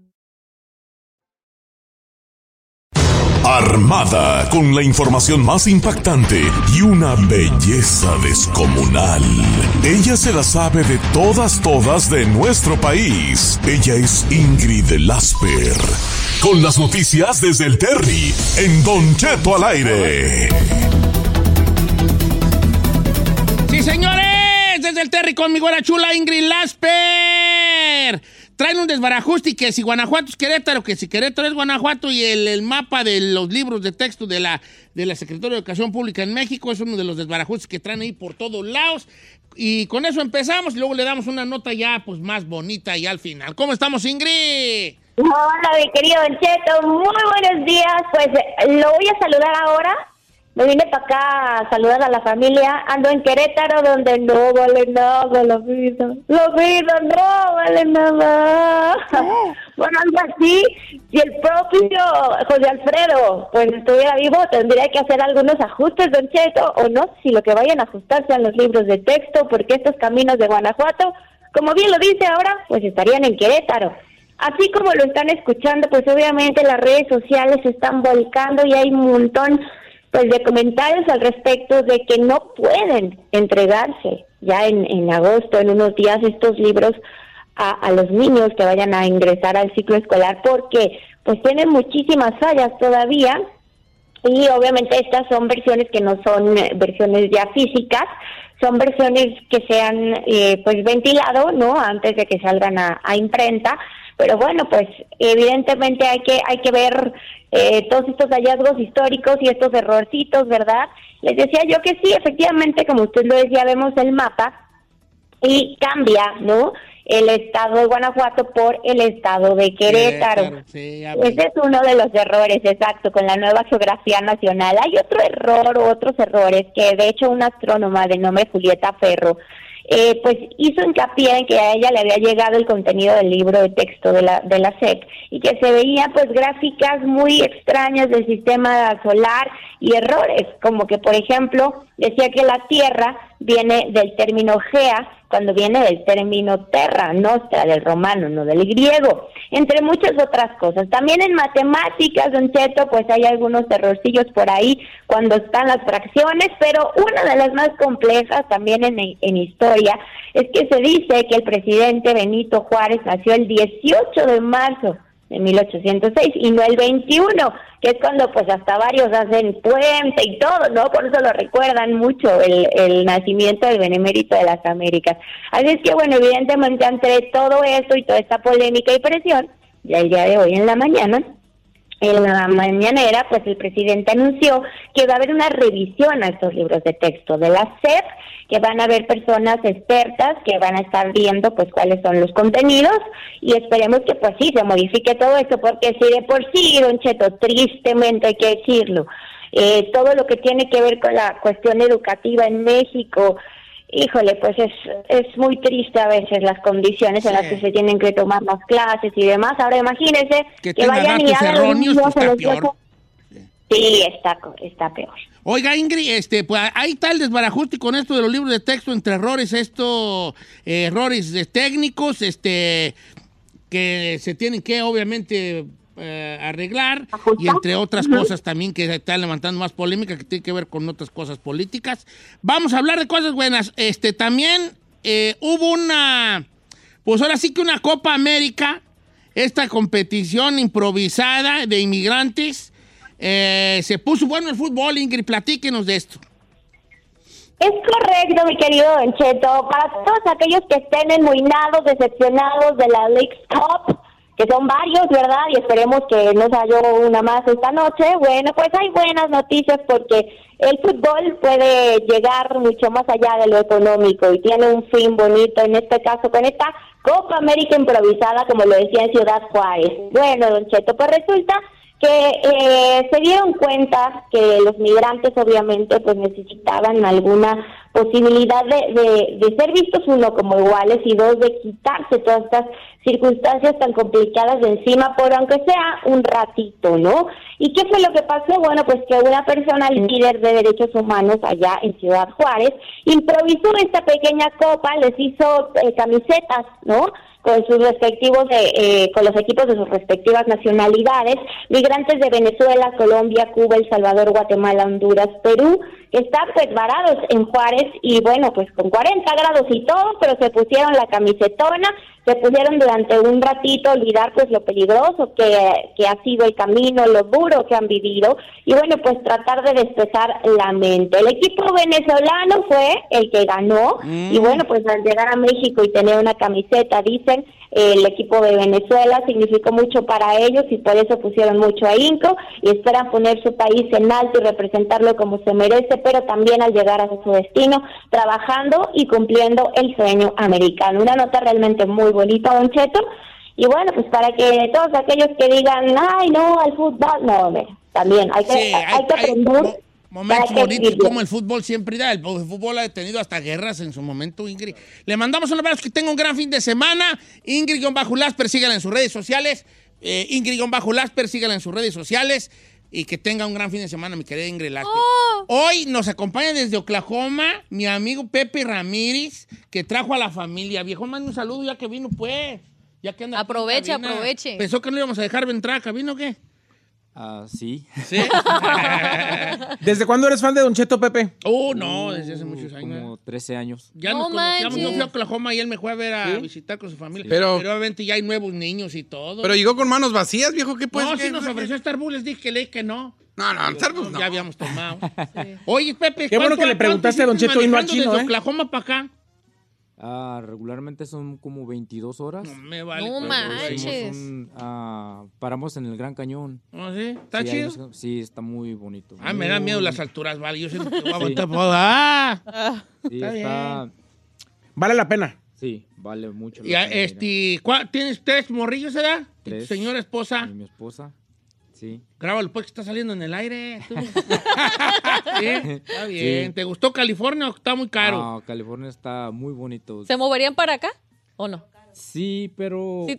Speaker 2: Armada con la información más impactante y una belleza descomunal. Ella se la sabe de todas, todas de nuestro país. Ella es Ingrid Lasper. Con las noticias desde el Terry, en Don Cheto al aire.
Speaker 3: ¡Sí, señores! Desde el Terry con mi güera chula Ingrid Lasper. Traen un desbarajuste y que si Guanajuato es Querétaro, que si Querétaro es Guanajuato y el, el mapa de los libros de texto de la, de la Secretaría de Educación Pública en México es uno de los desbarajustes que traen ahí por todos lados. Y con eso empezamos y luego le damos una nota ya pues más bonita y al final. ¿Cómo estamos, Ingrid?
Speaker 15: Hola, mi querido Don Cheto, muy buenos días. Pues eh, lo voy a saludar ahora. Me vine para acá a saludar a la familia. Ando en Querétaro, donde no vale nada la vida. La vida no vale nada. Bueno, algo así. Si el propio José Alfredo pues estuviera vivo, tendría que hacer algunos ajustes, Don Cheto, o no, si lo que vayan a ajustar sean los libros de texto, porque estos caminos de Guanajuato, como bien lo dice ahora, pues estarían en Querétaro. Así como lo están escuchando, pues obviamente las redes sociales se están volcando y hay un montón pues de comentarios al respecto de que no pueden entregarse ya en, en agosto, en unos días, estos libros a, a los niños que vayan a ingresar al ciclo escolar porque pues tienen muchísimas fallas todavía y obviamente estas son versiones que no son eh, versiones ya físicas, son versiones que se han eh, pues ventilado, ¿no? Antes de que salgan a, a imprenta. Pero bueno, pues evidentemente hay que hay que ver eh, todos estos hallazgos históricos y estos errorcitos, ¿verdad? Les decía yo que sí, efectivamente, como usted lo decía, vemos el mapa y cambia, ¿no? El estado de Guanajuato por el estado de Querétaro. Ese es uno de los errores, exacto, con la nueva geografía nacional. Hay otro error o otros errores que, de hecho, una astrónoma de nombre Julieta Ferro, eh, pues hizo hincapié en que a ella le había llegado el contenido del libro de texto de la, de la SEC y que se veía pues gráficas muy extrañas del sistema solar y errores, como que por ejemplo decía que la Tierra viene del término Gea cuando viene del término terra, nostra, del romano, no del griego, entre muchas otras cosas. También en matemáticas, don Cheto, pues hay algunos errorcillos por ahí cuando están las fracciones, pero una de las más complejas también en, en historia es que se dice que el presidente Benito Juárez nació el 18 de marzo de 1806 y no el 21, que es cuando pues hasta varios hacen puente y todo, ¿no? Por eso lo recuerdan mucho el, el nacimiento del benemérito de las Américas. Así es que bueno, evidentemente entre todo esto y toda esta polémica y presión, ya el día de hoy en la mañana, en la mañanera, pues el presidente anunció que va a haber una revisión a estos libros de texto de la SEP, que van a haber personas expertas que van a estar viendo pues cuáles son los contenidos y esperemos que pues sí se modifique todo esto, porque si de por sí, don Cheto, tristemente hay que decirlo, eh, todo lo que tiene que ver con la cuestión educativa en México, híjole, pues es, es muy triste a veces las condiciones en las que se tienen que tomar las clases y demás. Ahora imagínense
Speaker 3: Que
Speaker 15: que,
Speaker 3: tengan
Speaker 15: vayan y
Speaker 3: datos
Speaker 15: hagan los
Speaker 3: erróneos,
Speaker 15: niños
Speaker 3: pues,
Speaker 15: a
Speaker 3: está
Speaker 15: los
Speaker 3: peor.
Speaker 15: viejos. Sí, está, co- está peor.
Speaker 3: Oiga, Ingrid, este, pues ahí está el desbarajuste con esto de los libros de texto entre errores, esto, eh, errores de técnicos, este, que se tienen que obviamente eh, arreglar y entre otras
Speaker 16: Ujú.
Speaker 3: cosas también que están levantando más polémica que tiene que ver con otras cosas políticas. Vamos a hablar de cosas buenas. Este, también eh, hubo una, pues ahora sí que una Copa América, esta competición improvisada de inmigrantes. Eh, se puso bueno el fútbol, Ingrid, platíquenos de esto.
Speaker 15: Es correcto, mi querido Don Cheto. Para todos aquellos que estén enmuinados, decepcionados de la League Cup, que son varios, ¿verdad? Y esperemos que no haya una más esta noche. Bueno, pues hay buenas noticias porque el fútbol puede llegar mucho más allá de lo económico y tiene un fin bonito, en este caso con esta Copa América improvisada, como lo decía en Ciudad Juárez. Bueno, Don Cheto, pues resulta que eh, se dieron cuenta que los migrantes obviamente pues necesitaban alguna posibilidad de, de- de ser vistos uno como iguales y dos de quitarse todas estas circunstancias tan complicadas de encima por aunque sea un ratito, ¿no? ¿Y qué fue lo que pasó? Bueno, pues que una persona líder de derechos humanos allá en Ciudad Juárez improvisó esta pequeña copa, les hizo eh, camisetas, ¿no? con sus respectivos de, eh, con los equipos de sus respectivas nacionalidades, migrantes de Venezuela, Colombia, Cuba, El Salvador, Guatemala, Honduras, Perú, que están pues varados en Juárez y bueno, pues con 40 grados y todo, pero se pusieron la camisetona, se pusieron durante un ratito a olvidar pues lo peligroso que, que ha sido el camino, lo duro que han vivido y bueno, pues tratar de despejar la mente. El equipo venezolano fue el que ganó y
Speaker 3: Mm.
Speaker 15: bueno, pues al llegar a México y tener una camiseta, dicen, el equipo de Venezuela significó mucho para ellos y por eso pusieron mucho ahínco y esperan poner su país en alto y representarlo como se merece, pero también al llegar a su destino, trabajando y cumpliendo el sueño americano. Una nota realmente muy bonita, Don Cheto. Y bueno, pues para que todos aquellos que digan, ay, no, al fútbol, no, hombre, también hay que,
Speaker 3: Sí,
Speaker 15: hay, que aprender.
Speaker 3: Momentos
Speaker 15: para que
Speaker 3: bonitos
Speaker 15: vivirlo.
Speaker 3: como el fútbol siempre da. El fútbol ha tenido hasta guerras en su momento, Ingrid. Le mandamos un abrazo, que tenga un gran fin de semana. Ingrid-Lasper, síganla en sus redes sociales. Eh, Ingrid-Lasper, síganla en sus redes sociales. Y que tenga un gran fin de semana, mi querida Ingrid Lasper.
Speaker 4: Oh.
Speaker 6: Oh.
Speaker 3: Hoy nos acompaña desde Oklahoma mi amigo Pepe Ramírez, que trajo a la familia. Viejo, mande un saludo ya que vino, pues. Ya que anda aquí en
Speaker 4: Aproveche,
Speaker 3: cabina.
Speaker 4: aproveche.
Speaker 3: ¿Pensó que no íbamos a dejar entrar a cabina o qué?
Speaker 17: Ah, sí.
Speaker 6: ¿Desde cuándo eres fan de Don Cheto, Pepe?
Speaker 3: Oh, no, desde hace muchos años.
Speaker 17: Como 13 años.
Speaker 3: Ya
Speaker 4: No
Speaker 3: nos conocíamos,
Speaker 4: manches.
Speaker 3: yo fui a Oklahoma y él me fue a ver a visitar con su familia. Pero,
Speaker 5: Pero-
Speaker 3: obviamente ya hay nuevos niños y todo.
Speaker 5: Pero llegó con manos vacías, viejo, ¿qué pues?
Speaker 3: No,
Speaker 5: ¿Qué?
Speaker 3: sí nos ofreció Starbucks, les dije que le dije que no.
Speaker 5: No, no,
Speaker 3: Digo,
Speaker 5: Starbucks no.
Speaker 3: Ya habíamos tomado. Oye, Pepe,
Speaker 17: Qué bueno
Speaker 3: ¿cuánto-
Speaker 17: que le preguntaste a
Speaker 3: cuánto
Speaker 17: don Cheto y no al
Speaker 3: manejando
Speaker 17: chino,
Speaker 3: desde
Speaker 17: ¿eh?
Speaker 3: Oklahoma para acá.
Speaker 17: Ah, regularmente son como 22 horas. No
Speaker 3: me vale, No pero manches.
Speaker 17: Hicimos un, ah, paramos en el Gran Cañón.
Speaker 3: ¿Ah, sí? ¿Está
Speaker 17: ahí
Speaker 3: chido?
Speaker 17: nos- sí, está muy bonito.
Speaker 3: Ah, me dan
Speaker 17: Muy
Speaker 3: miedo las
Speaker 17: bonito.
Speaker 3: alturas, vale. Yo siento que voy a
Speaker 17: Sí.
Speaker 3: aguantar. puedo- ¡Ah!
Speaker 17: Sí,
Speaker 3: Está
Speaker 17: está-
Speaker 6: Vale la pena.
Speaker 17: sí, vale mucho. la
Speaker 3: Y, ah,
Speaker 17: pena ir.
Speaker 3: este, ¿cuá- ¿Tienes tres morrillos, edad?
Speaker 17: Tres.
Speaker 3: Señora esposa.
Speaker 17: Mi esposa. Sí.
Speaker 3: Grábalo, pues, que está saliendo en el aire. tú. Sí, Está bien.
Speaker 17: Sí.
Speaker 3: ¿Te gustó California o está muy caro?
Speaker 17: Ah, California está muy bonito.
Speaker 4: ¿Se moverían para acá o no?
Speaker 17: Sí, pero.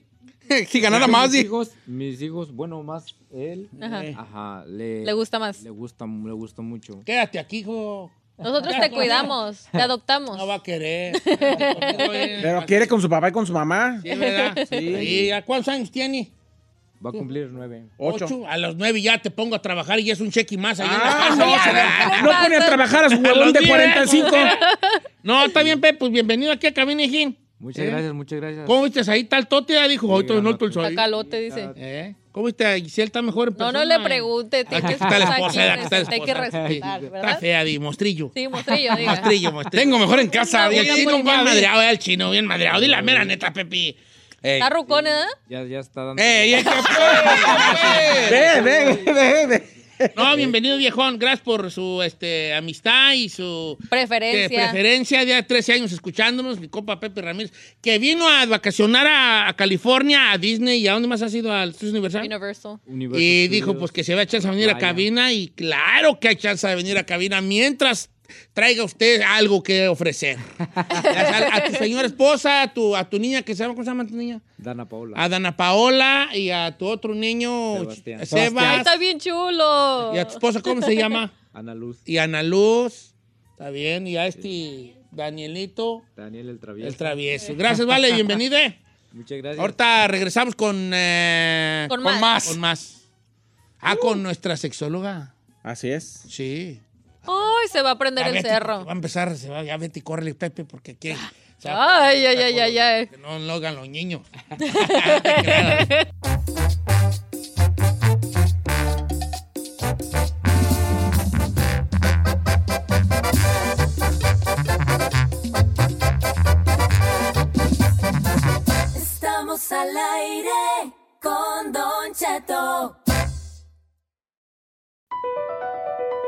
Speaker 4: Sí.
Speaker 17: si
Speaker 5: ganara más,
Speaker 17: Mis
Speaker 5: di-
Speaker 17: hijos, mis hijos, bueno, más él. eh,
Speaker 4: Ajá.
Speaker 17: Ajá. le,
Speaker 4: Le gusta más.
Speaker 17: Le gusta, le gusta mucho.
Speaker 3: Quédate aquí, hijo.
Speaker 4: Nosotros te cuidamos, te adoptamos. No
Speaker 3: va a querer.
Speaker 6: Pero quiere con su papá y con su mamá.
Speaker 3: Sí, ¿verdad? ¿Y a cuántos años tiene?
Speaker 17: Va a cumplir nueve.
Speaker 6: Ocho.
Speaker 3: A los nueve ya te pongo a trabajar y es un cheque más. ahí en la
Speaker 6: Ah,
Speaker 3: casa.
Speaker 6: no,
Speaker 3: Ya,
Speaker 6: se
Speaker 3: ya.
Speaker 6: la- no pone a trabajar a su huevón
Speaker 3: los
Speaker 6: de
Speaker 3: diez,
Speaker 6: 45.
Speaker 3: No, está bien, Pepe. Pues bienvenido aquí a Cabina Hijín.
Speaker 17: Muchas
Speaker 3: ¿Eh?
Speaker 17: gracias, muchas gracias.
Speaker 3: ¿Cómo viste ahí tal tote? Ya dijo, ahorita no el
Speaker 4: Está calote, dice.
Speaker 3: ¿Eh? ¿Cómo viste a Giselle? Está mejor en
Speaker 4: No,
Speaker 3: persona. ¿eh?
Speaker 4: no le pregunte, tiene
Speaker 3: Aquí
Speaker 4: que
Speaker 3: está la
Speaker 4: estar
Speaker 3: esposa,
Speaker 4: aquí
Speaker 3: aquí está la
Speaker 4: presente, hay que
Speaker 3: esposa.
Speaker 4: respetar,
Speaker 3: Está
Speaker 4: ¿verdad?
Speaker 3: fea, di, mostrillo.
Speaker 4: Sí, mostrillo, diga.
Speaker 3: Mostrillo, mostrillo. Tengo mejor en
Speaker 4: Una
Speaker 3: casa. El
Speaker 4: buena
Speaker 3: chino bien
Speaker 4: comida.
Speaker 3: madreado, eh, el chino bien madreado. Di la mera neta, Pepi. Ey.
Speaker 4: Está rucón, ¿eh?
Speaker 17: Ya, ya está dando.
Speaker 3: ¡Ey, ey, qué fue!
Speaker 6: Ve, ve, ve, ve.
Speaker 3: No, bienvenido, viejón. Gracias por su este, amistad y su
Speaker 4: Preferencia.
Speaker 3: eh, preferencia. Ya 13 años escuchándonos, mi compa Pepe Ramírez, que vino a vacacionar a, a California, a Disney y a dónde más has ido, al Estudios Universal.
Speaker 4: Universal.
Speaker 3: Y dijo, pues que se vea chance de venir a cabina y claro que hay chance de venir a cabina mientras traiga usted algo que ofrecer. a, a tu señora esposa, a tu, a tu niña, que se llama, ¿cómo se llama tu niña?
Speaker 17: Dana Paola.
Speaker 3: A Dana Paola y a tu otro niño,
Speaker 17: Sebastián.
Speaker 3: Sebas, Sebastián.
Speaker 4: Está bien chulo.
Speaker 3: y a tu esposa, ¿cómo se llama?
Speaker 17: Ana Luz.
Speaker 3: Y a Ana Luz, está bien, y a este Danielito,
Speaker 17: Daniel el Travieso.
Speaker 3: el travieso. Gracias, vale, bienvenida.
Speaker 17: Muchas gracias.
Speaker 3: Ahorita regresamos con, eh,
Speaker 17: Con más.
Speaker 3: Con más. Ah, con nuestra sexóloga.
Speaker 6: Así es.
Speaker 3: Sí.
Speaker 4: Ay, se va a prender
Speaker 3: Ya
Speaker 4: el
Speaker 3: vete,
Speaker 4: cerro.
Speaker 3: Va a empezar, se va, ya vete y córrele, Pepe, porque quiere.
Speaker 17: Ah,
Speaker 3: se va a-
Speaker 4: Ay, ay, ay, ay, ay.
Speaker 3: Que no lo hagan los niños.
Speaker 13: Estamos al aire con Don Cheto.